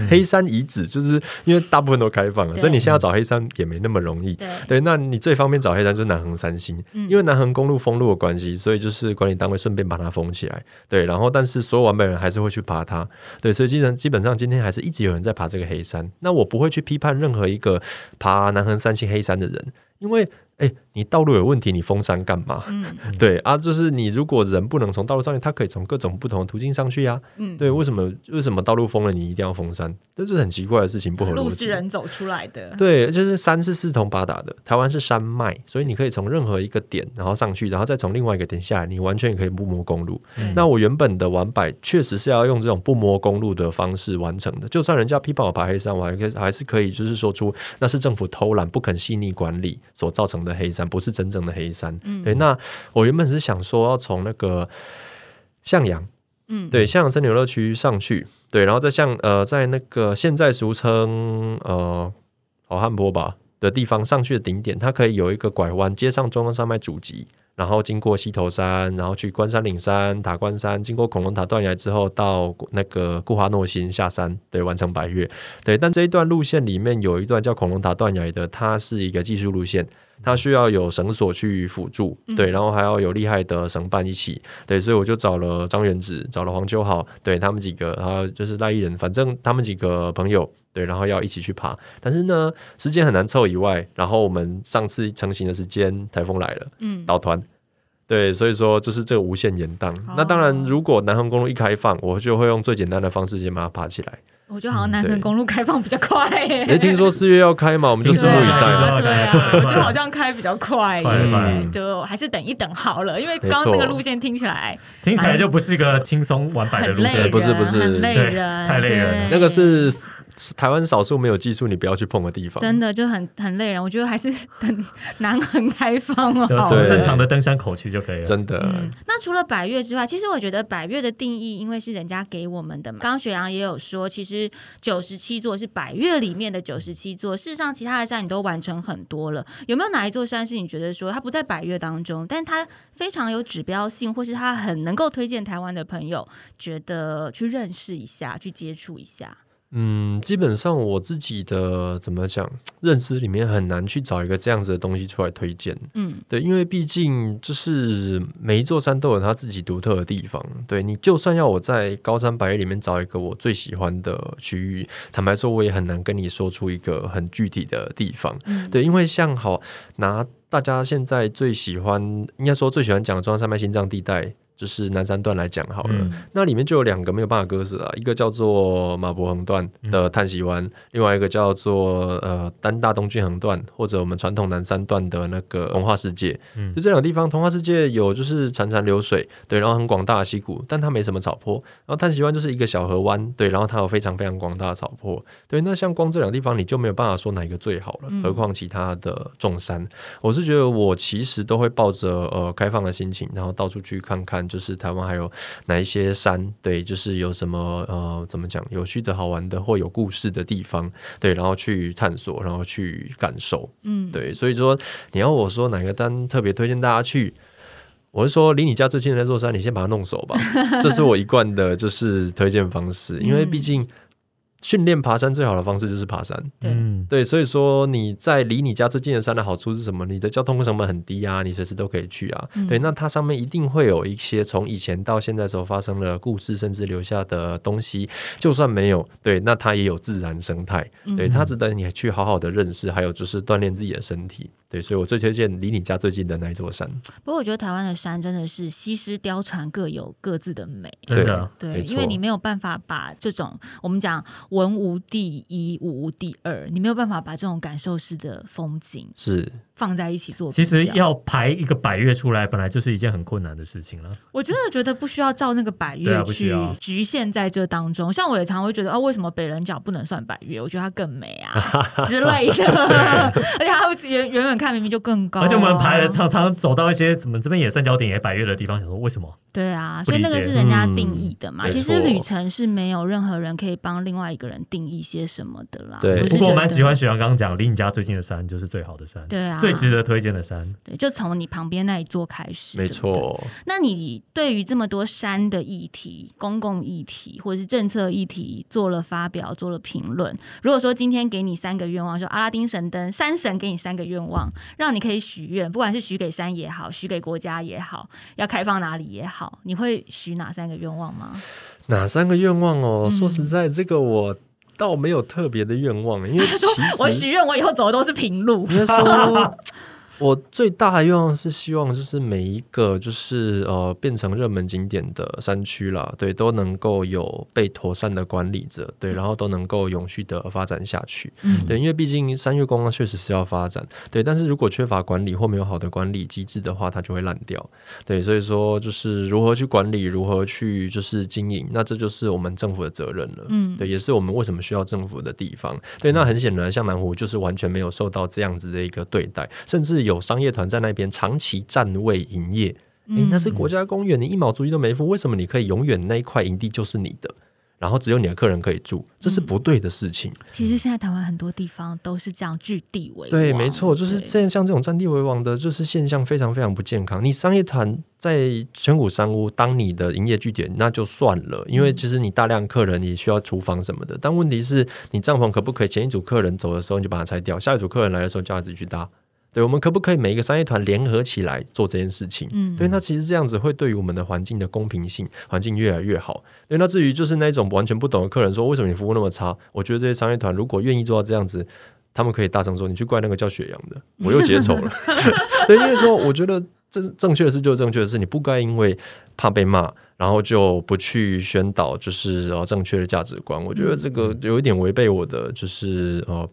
Speaker 1: 黑山遗址就是因为大部分都开放了，
Speaker 3: 嗯对
Speaker 1: 所以你现在要找黑山也没那么容易。
Speaker 3: 对
Speaker 1: 对，那你最方便找黑山就是南横三星，
Speaker 3: 嗯
Speaker 1: 因为南横公路封路的关系，所以就是管理单位顺便把它封起来。对，然后但是所有完美人还是会去爬它。对，所以基本基本上今天还是一直有人在爬这个黑山。那我不会去批判任何一个爬南横三星黑山的人，因为。哎，你道路有问题，你封山干嘛？
Speaker 3: 嗯
Speaker 1: 对啊，就是你如果人不能从道路上去，他可以从各种不同的途径上去呀、
Speaker 3: 嗯
Speaker 1: 对，为什么为什么道路封了，你一定要封山？这是很奇怪的事情，不合
Speaker 3: 路
Speaker 1: 逻
Speaker 3: 是
Speaker 1: 辑。
Speaker 3: 人走出来的，
Speaker 1: 对，就是山是四通八达的，台湾是山脉，所以你可以从任何一个点，然后上去，然后再从另外一个点下来，你完全也可以不摸公路。
Speaker 3: 嗯
Speaker 1: 那我原本的玩百确实是要用这种不摸公路的方式完成的，就算人家批判我爬黑山，我还可以还是可以就是说出那是政府偷懒不肯细腻管理所造成的黑山，不是真正的黑山。
Speaker 3: 嗯
Speaker 1: 对，那我原本是想说要从那个向阳。
Speaker 3: 嗯，
Speaker 1: 对，向阳森林游乐区上去，对，然后再向呃，在那个现在俗称呃好汉坡吧的地方上去的顶点，它可以有一个拐弯，接上中央山脉主脊，然后经过西头山，然后去关山岭山、塔关山，经过恐龙塔断崖之后，到那个固花诺新下山，对，完成白月。对，但这一段路线里面有一段叫恐龙塔断崖的，它是一个技术路线。它需要有绳索去辅助，对，然后还要有厉害的绳伴一起，对，所以我就找了张元直，找了黄秋豪，对他们几个，然后就是赖艺人，反正他们几个朋友，对，然后要一起去爬。但是呢，时间很难凑以外，然后我们上次成型的时间台风来了，
Speaker 3: 嗯，
Speaker 1: 倒团。对，所以说就是这个无限延宕。
Speaker 3: 哦
Speaker 1: 那当然，如果南横公路一开放，我就会用最简单的方式先把它爬起 来。
Speaker 3: 我觉得好
Speaker 4: 嗯
Speaker 3: 像南
Speaker 1: 对
Speaker 3: 横公路开放比较快耶、
Speaker 1: 诶，听说四月要开嘛，我们就
Speaker 4: 听
Speaker 1: 拭
Speaker 4: 说
Speaker 1: 目以
Speaker 4: 要
Speaker 1: 待
Speaker 4: 开
Speaker 1: 了。
Speaker 4: 嘛
Speaker 3: 对啊，我觉得好像开比较快
Speaker 4: 快了
Speaker 1: 快
Speaker 3: 耶
Speaker 1: 了，
Speaker 3: 就还是等一等好了，因为
Speaker 1: 没
Speaker 3: 刚刚那
Speaker 1: 错
Speaker 3: 个路线听起来
Speaker 4: 听起来就不是一个轻松玩百的
Speaker 3: 很
Speaker 4: 路
Speaker 3: 累
Speaker 4: 线
Speaker 3: 人，
Speaker 1: 不是不是
Speaker 3: 很累
Speaker 4: 对
Speaker 3: 人，
Speaker 4: 太累人
Speaker 1: 那
Speaker 3: 对
Speaker 1: 个是台湾少数没有技术你不要去碰的地方。
Speaker 3: 真的就很很累人，我觉得还是 等南横开放哦
Speaker 4: 就
Speaker 3: 好
Speaker 4: 从
Speaker 1: 对
Speaker 3: 了。
Speaker 4: 正常的登山口去就可以了。
Speaker 1: 真的，
Speaker 3: 嗯，那除了百越之外，其实我觉得百越的定义，因为是人家给我们的嘛。刚刚雪阳也有说，其实九十七座是百越里面的九十七座，事实上其他的山你都完成很多了。有没有哪一座山是你觉得说它不在百越当中，但它非常有指标性，或是它很能够推荐台湾的朋友觉得去认识一下、去接触一下？
Speaker 1: 嗯，基本上我自己的怎么讲，认知里面很难去找一个这样子的东西出来推荐。
Speaker 3: 嗯，
Speaker 1: 对，因为毕竟就是每一座山都有它自己独特的地方。对你，就算要我在高山白岳里面找一个我最喜欢的区域，坦白说，我也很难跟你说出一个很具体的地方。对，因为像好拿大家现在最喜欢，应该说最喜欢讲的中央山脉心脏地带。就是南山段来讲好了，
Speaker 4: 嗯
Speaker 1: 那里面就有两个没有办法割舍啊，一个叫做马博横段的叹息湾，另外一个叫做呃丹大东郡横段，或者我们传统南山段的那个童话世界。就这两个地方，童话世界有就是潺潺流水，对，然后很广大的溪谷，但它没什么草坡。然后叹息湾就是一个小河湾，对，然后它有非常非常广大的草坡，对。那像光这两个地方，你就没有办法说哪一个最好了，何况其他的众山。我是觉得我其实都会抱着呃开放的心情，然后到处去看看，就是台湾还有哪一些山，对，就是有什么呃怎么讲有趣的好玩的或有故事的地方，对，然后去探索，然后去感受，
Speaker 3: 嗯，
Speaker 1: 对，所以说你要我说哪个单特别推荐大家去，我是说离你家最近的那座山，你先把它弄熟吧，这是我一贯的就是推荐方式，因为毕竟训练爬山最好的方式就是爬山，
Speaker 3: 对
Speaker 4: 嗯，
Speaker 1: 对，所以说你在离你家最近的山的好处是什么？你的交通成本很低啊，你随时都可以去啊。
Speaker 3: 嗯
Speaker 1: 对，那它上面一定会有一些从以前到现在所发生的故事，甚至留下的东西。就算没有，对，那它也有自然生态，
Speaker 3: 嗯
Speaker 1: 对，它值得你去好好的认识，还有就是锻炼自己的身体。对，所以我最推荐离你家最近的那一座山。
Speaker 3: 不过我觉得台湾的山真的是西施貂蝉各有各自的美。
Speaker 4: 真的，
Speaker 3: 对，
Speaker 1: 没
Speaker 3: 因为
Speaker 1: 错
Speaker 3: 你没有办法把这种我们讲文无第一，武无第二，你没有办法把这种感受式的风景
Speaker 1: 是
Speaker 3: 放在一起做比
Speaker 4: 其
Speaker 3: 较。
Speaker 4: 实要排一个百月出来，本来就是一件很困难的事情了。
Speaker 3: 我真的觉得不需要照那个百
Speaker 4: 对
Speaker 3: 越
Speaker 4: 啊不需
Speaker 3: 去
Speaker 4: 要
Speaker 3: 局限在这当中。像我也常会觉得，哦，为什么北棱角不能算百越？我觉得它更美 啊之类的， 而且它会远远远看明明就更高啊、
Speaker 4: 而且我们排了常常走到一些什么这边也三角点也百月的地方，想说为什么？
Speaker 3: 对啊，
Speaker 4: 不
Speaker 3: 所以
Speaker 4: 理
Speaker 3: 那个
Speaker 4: 解
Speaker 3: 是人家
Speaker 1: 嗯
Speaker 3: 定义的嘛。
Speaker 1: 没
Speaker 3: 其实
Speaker 1: 错
Speaker 3: 旅程是没有任何人可以帮另外一个人定义些什么的啦。
Speaker 1: 对
Speaker 3: 是
Speaker 4: 不过我蛮
Speaker 3: 觉得
Speaker 4: 喜欢。许阳刚刚讲，离你家最近的山就是最好的山，
Speaker 3: 对啊，
Speaker 4: 最值得推荐的山。
Speaker 3: 对，就从你旁边那一座开始。
Speaker 1: 没
Speaker 3: 对不对
Speaker 1: 错，
Speaker 3: 那你对于这么多山的议题、公共议题或者是政策议题做了发表、做了评论，如果说今天给你三个愿望，说阿拉丁神灯山神给你三个愿望，让你可以许愿，不管是许给山也好，许给国家也好，要开放哪里也好，你会许哪三个愿望吗？
Speaker 1: 哪三个愿望哦？
Speaker 3: 嗯
Speaker 1: 说实在，这个我倒没有特别的愿望，欸 因为其实
Speaker 3: 我许愿，我以后走的都是平路。
Speaker 1: 应该说，我最大的愿望是希望，就是每一个就是呃变成热门景点的山区啦，对，都能够有被妥善的管理着，对，然后都能够永续的发展下去，
Speaker 3: 嗯
Speaker 1: 对，因为毕竟山岳观光啊确实是要发展，对，但是如果缺乏管理或没有好的管理机制的话，它就会烂掉，对，所以说就是如何去管理，如何去就是经营，那这就是我们政府的责任了，
Speaker 3: 嗯
Speaker 1: 对，也是我们为什么需要政府的地方。对，那很显然，像南湖就是完全没有受到这样子的一个对待，甚至有商业团在那边长期占位营业。诶、
Speaker 3: 嗯
Speaker 1: 那是国家公园，你一毛租金都没付，为什么你可以永远那一块营地就是你的？然后只有你的客人可以住，这是不对的事情。
Speaker 3: 其实现在台湾很多地方都是这样据地为王
Speaker 1: 对，没错，就是
Speaker 3: 对
Speaker 1: 这样，像这种占地为王的，就是现象非常非常不健康。你商业团在全谷山屋当你的营业据点，那就算了，因
Speaker 3: 嗯
Speaker 1: 为其实你大量客人，你需要厨房什么的。但问题是你帐篷可不可以前一组客人走的时候你就把它拆掉，下一组客人来的时候叫他自己去搭？对，我们可不可以每一个商业团联合起来做这件事情？
Speaker 3: 嗯
Speaker 1: 对，那其实这样子会对于我们的环境的公平性，环境越来越好。对，那至于就是那种完全不懂的客人说为什么你服务那么差，我觉得这些商业团如果愿意做到这样子，他们可以大声说你去怪那个叫雪阳的，我又结仇了。 对，因为说我觉得正正确的事就是正确的事，你不该因为怕被骂。然后就不去宣导，就是呃正确的价值观，我觉得这个有一点违背我的，就是呃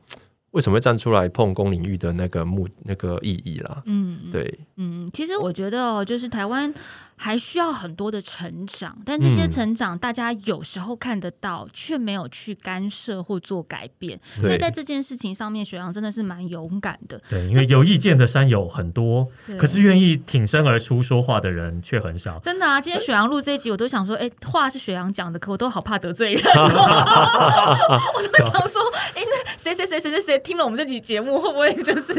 Speaker 1: 为什么会站出来碰公领域的那个目那个意义啦。
Speaker 3: 嗯，
Speaker 1: 对，
Speaker 3: 嗯，其实我觉得哦，就是台湾还需要很多的成长，但这些
Speaker 1: 嗯
Speaker 3: 成长大家有时候看得到，却没有去干涉或做改变。所以
Speaker 1: 对
Speaker 3: 在这件事情上面，雪阳真的是蛮勇敢的。
Speaker 4: 对，因为有意见的山有很多，
Speaker 3: 对
Speaker 4: 可是愿意挺身而出说话的人却很少。
Speaker 3: 真的啊，今天雪阳录这一集，我都想说，哎、话是雪阳讲的，可我都好怕得罪人、我都想说，哎、那谁谁谁谁谁谁听了我们这集节目，会不会就是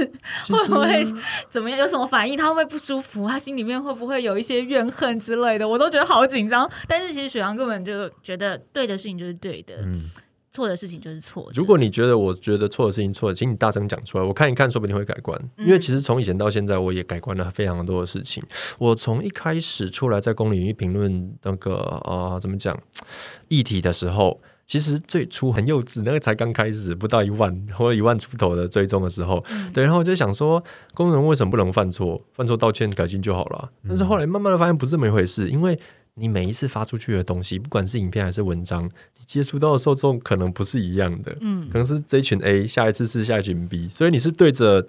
Speaker 3: 会不会怎么样？有什么反应？他会不会不舒服？他心里面会不会有一些怨恨之类的？我都觉得好紧张。但是其实雪阳根本就觉得对的事情就是对的，
Speaker 4: 嗯，
Speaker 3: 错的事情就是错的。
Speaker 1: 如果你觉得我觉得错的事情错了，请你大声讲出来，我看一看，说不定会改观。因为其实从以前到现在，我也改观了非常多的事情。我从一开始出来在公领域评论那个呃怎么讲议题的时候。其实最初很幼稚，那个才刚开始，不到一万 或者一万出头的追踪的时候，对，然后我就想说，工人为什么不能犯错？犯错道歉改进就好了。但是后来慢慢的发现不是这么一回事，因为你每一次发出去的东西，不管是影片还是文章，你接触到的受众可能不是一样的，
Speaker 3: 嗯
Speaker 1: 可能是这一群 A，下一次是下一群 B，所以你是对着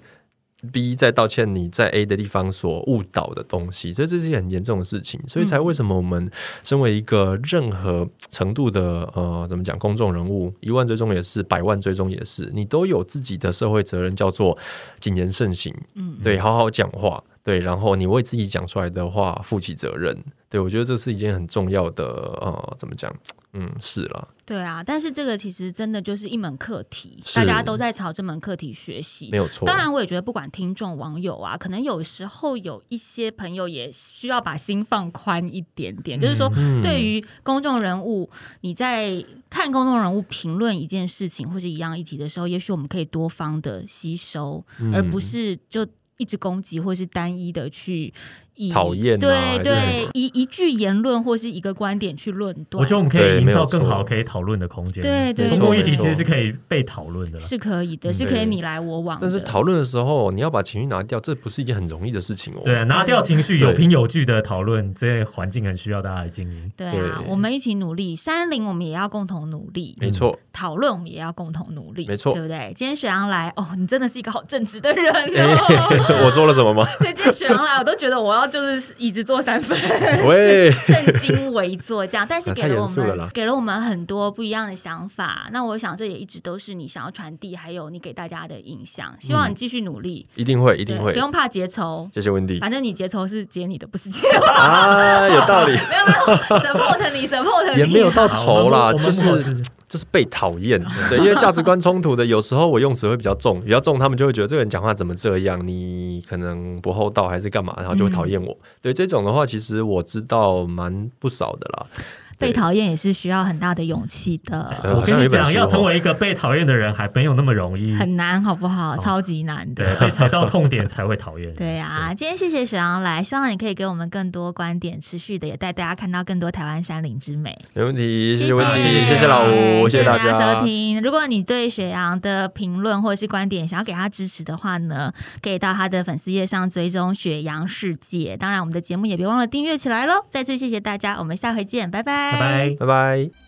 Speaker 1: B 在道歉你在 A 的地方所误导的东西，所以这是一件很严重的事情，所以才为什么我们身为一个任何程度的呃怎么讲公众人物，一万追踪也是，百万追踪也是，你都有自己的社会责任，叫做谨言慎行，
Speaker 3: 嗯，
Speaker 1: 对，好好讲话，对，然后你为自己讲出来的话负起责任，对我觉得这是一件很重要的呃怎么讲，嗯，是啦，
Speaker 3: 对啊，但是这个其实真的就是一门课题，
Speaker 1: 是
Speaker 3: 大家都在朝这门课题学习
Speaker 1: 没。有错，
Speaker 3: 当然，我也觉得不管听众、网友啊，可能有时候有一些朋友也需要把心放宽一点点，就是说，
Speaker 1: 嗯
Speaker 3: 对于公众人物，你在看公众人物评论一件事情或是一样议题的时候，也许我们可以多
Speaker 1: 嗯
Speaker 3: 方的吸收，而不是就一直攻击或是单一的去以
Speaker 1: 讨厌啊
Speaker 3: 对
Speaker 1: 还是什
Speaker 3: 对
Speaker 1: 么，
Speaker 3: 一一句言论或是一个观点去论断，
Speaker 4: 我觉得我们可以
Speaker 1: 对
Speaker 4: 营
Speaker 1: 没
Speaker 4: 造
Speaker 1: 有
Speaker 4: 更
Speaker 1: 错
Speaker 4: 好可以讨论的空间。
Speaker 3: 对对
Speaker 1: 没
Speaker 4: 公共
Speaker 1: 错
Speaker 4: 议
Speaker 1: 没
Speaker 4: 题其
Speaker 1: 错嗯
Speaker 4: 实是可以被讨论的啦。
Speaker 3: 是可以的，是可
Speaker 1: 对
Speaker 3: 以你来我往的。
Speaker 1: 但是讨论的时候，你要把情绪拿掉，这不是一件很容易的事情哦。
Speaker 4: 对啊，拿掉情绪，
Speaker 1: 对
Speaker 4: 有凭有据的讨论，这些环境很需要大家来经营。
Speaker 3: 对啊，
Speaker 1: 对
Speaker 3: 我们一起努力，山林我们也要共同努力，
Speaker 1: 没错。
Speaker 3: 讨论我们也要共同努力，
Speaker 1: 没错
Speaker 3: 对不对？今天雪阳来，哦，你真的是一个好正直的人
Speaker 1: 哎、
Speaker 3: 哦。
Speaker 1: 我做了什么吗？
Speaker 3: 对，今天雪阳来，我都觉得我要就是椅子坐 三分，
Speaker 1: 喂，
Speaker 3: 正襟危坐这样，但是
Speaker 1: 啊
Speaker 3: 给
Speaker 1: 太
Speaker 3: 了
Speaker 1: 严
Speaker 3: 我
Speaker 1: 肃
Speaker 3: 们
Speaker 1: 了啦
Speaker 3: 给了我们很多不一样的想法。那我想这也一直都是你想要传递，还有你给大家的影响。希望你继续努力，
Speaker 1: 一定嗯会，一
Speaker 3: 一
Speaker 1: 定会
Speaker 3: 不。用怕结仇。
Speaker 1: 谢谢温 迪
Speaker 3: 反正你结仇是结你的，不是结我。
Speaker 1: 啊，有道理，
Speaker 3: 没有没有，support 你，support 你。
Speaker 1: 也 没有到
Speaker 4: 好
Speaker 1: 仇啦，
Speaker 4: 我们
Speaker 1: 就是
Speaker 4: 我们
Speaker 1: 就是被讨厌，对，因为价值观冲突的，有时候我用词会比较重，比较重，他们就会觉得这个人讲话怎么这样，你可能不厚道还是干嘛，然后就会讨厌我。对这种的话，其实我知道蛮不少的啦。
Speaker 3: 被讨厌也是需要很大的勇气的，
Speaker 1: 呃
Speaker 4: 我
Speaker 1: 好
Speaker 4: 跟
Speaker 1: 像有
Speaker 4: 你
Speaker 1: 一本
Speaker 4: 讲，
Speaker 1: 书
Speaker 4: 要
Speaker 1: 哦
Speaker 4: 成为一个被讨厌的人，还没有那么容易。
Speaker 3: 很难，好不好？超级难
Speaker 4: 嗯对，
Speaker 3: 的。
Speaker 4: 被踩到痛点才会讨厌。
Speaker 3: 对啊，今天谢谢雪阳来，希望你可以给我们更多观点，持续的也带大家看到更多台湾山林之美。
Speaker 1: 没问题，谢
Speaker 3: 谢
Speaker 1: 谢温迪，
Speaker 3: 谢
Speaker 1: 谢谢老吴，谢谢
Speaker 3: 谢
Speaker 1: 大
Speaker 3: 大
Speaker 1: 家
Speaker 3: 收。听。如果你对雪阳的评论或者是观点想要给他支持的话呢，可以到他的粉丝页上追踪雪阳世界。当然，我们的节目也别忘了订阅起来喽。再次谢谢大家，我们下回见，拜拜，
Speaker 4: 拜拜。
Speaker 1: 拜拜。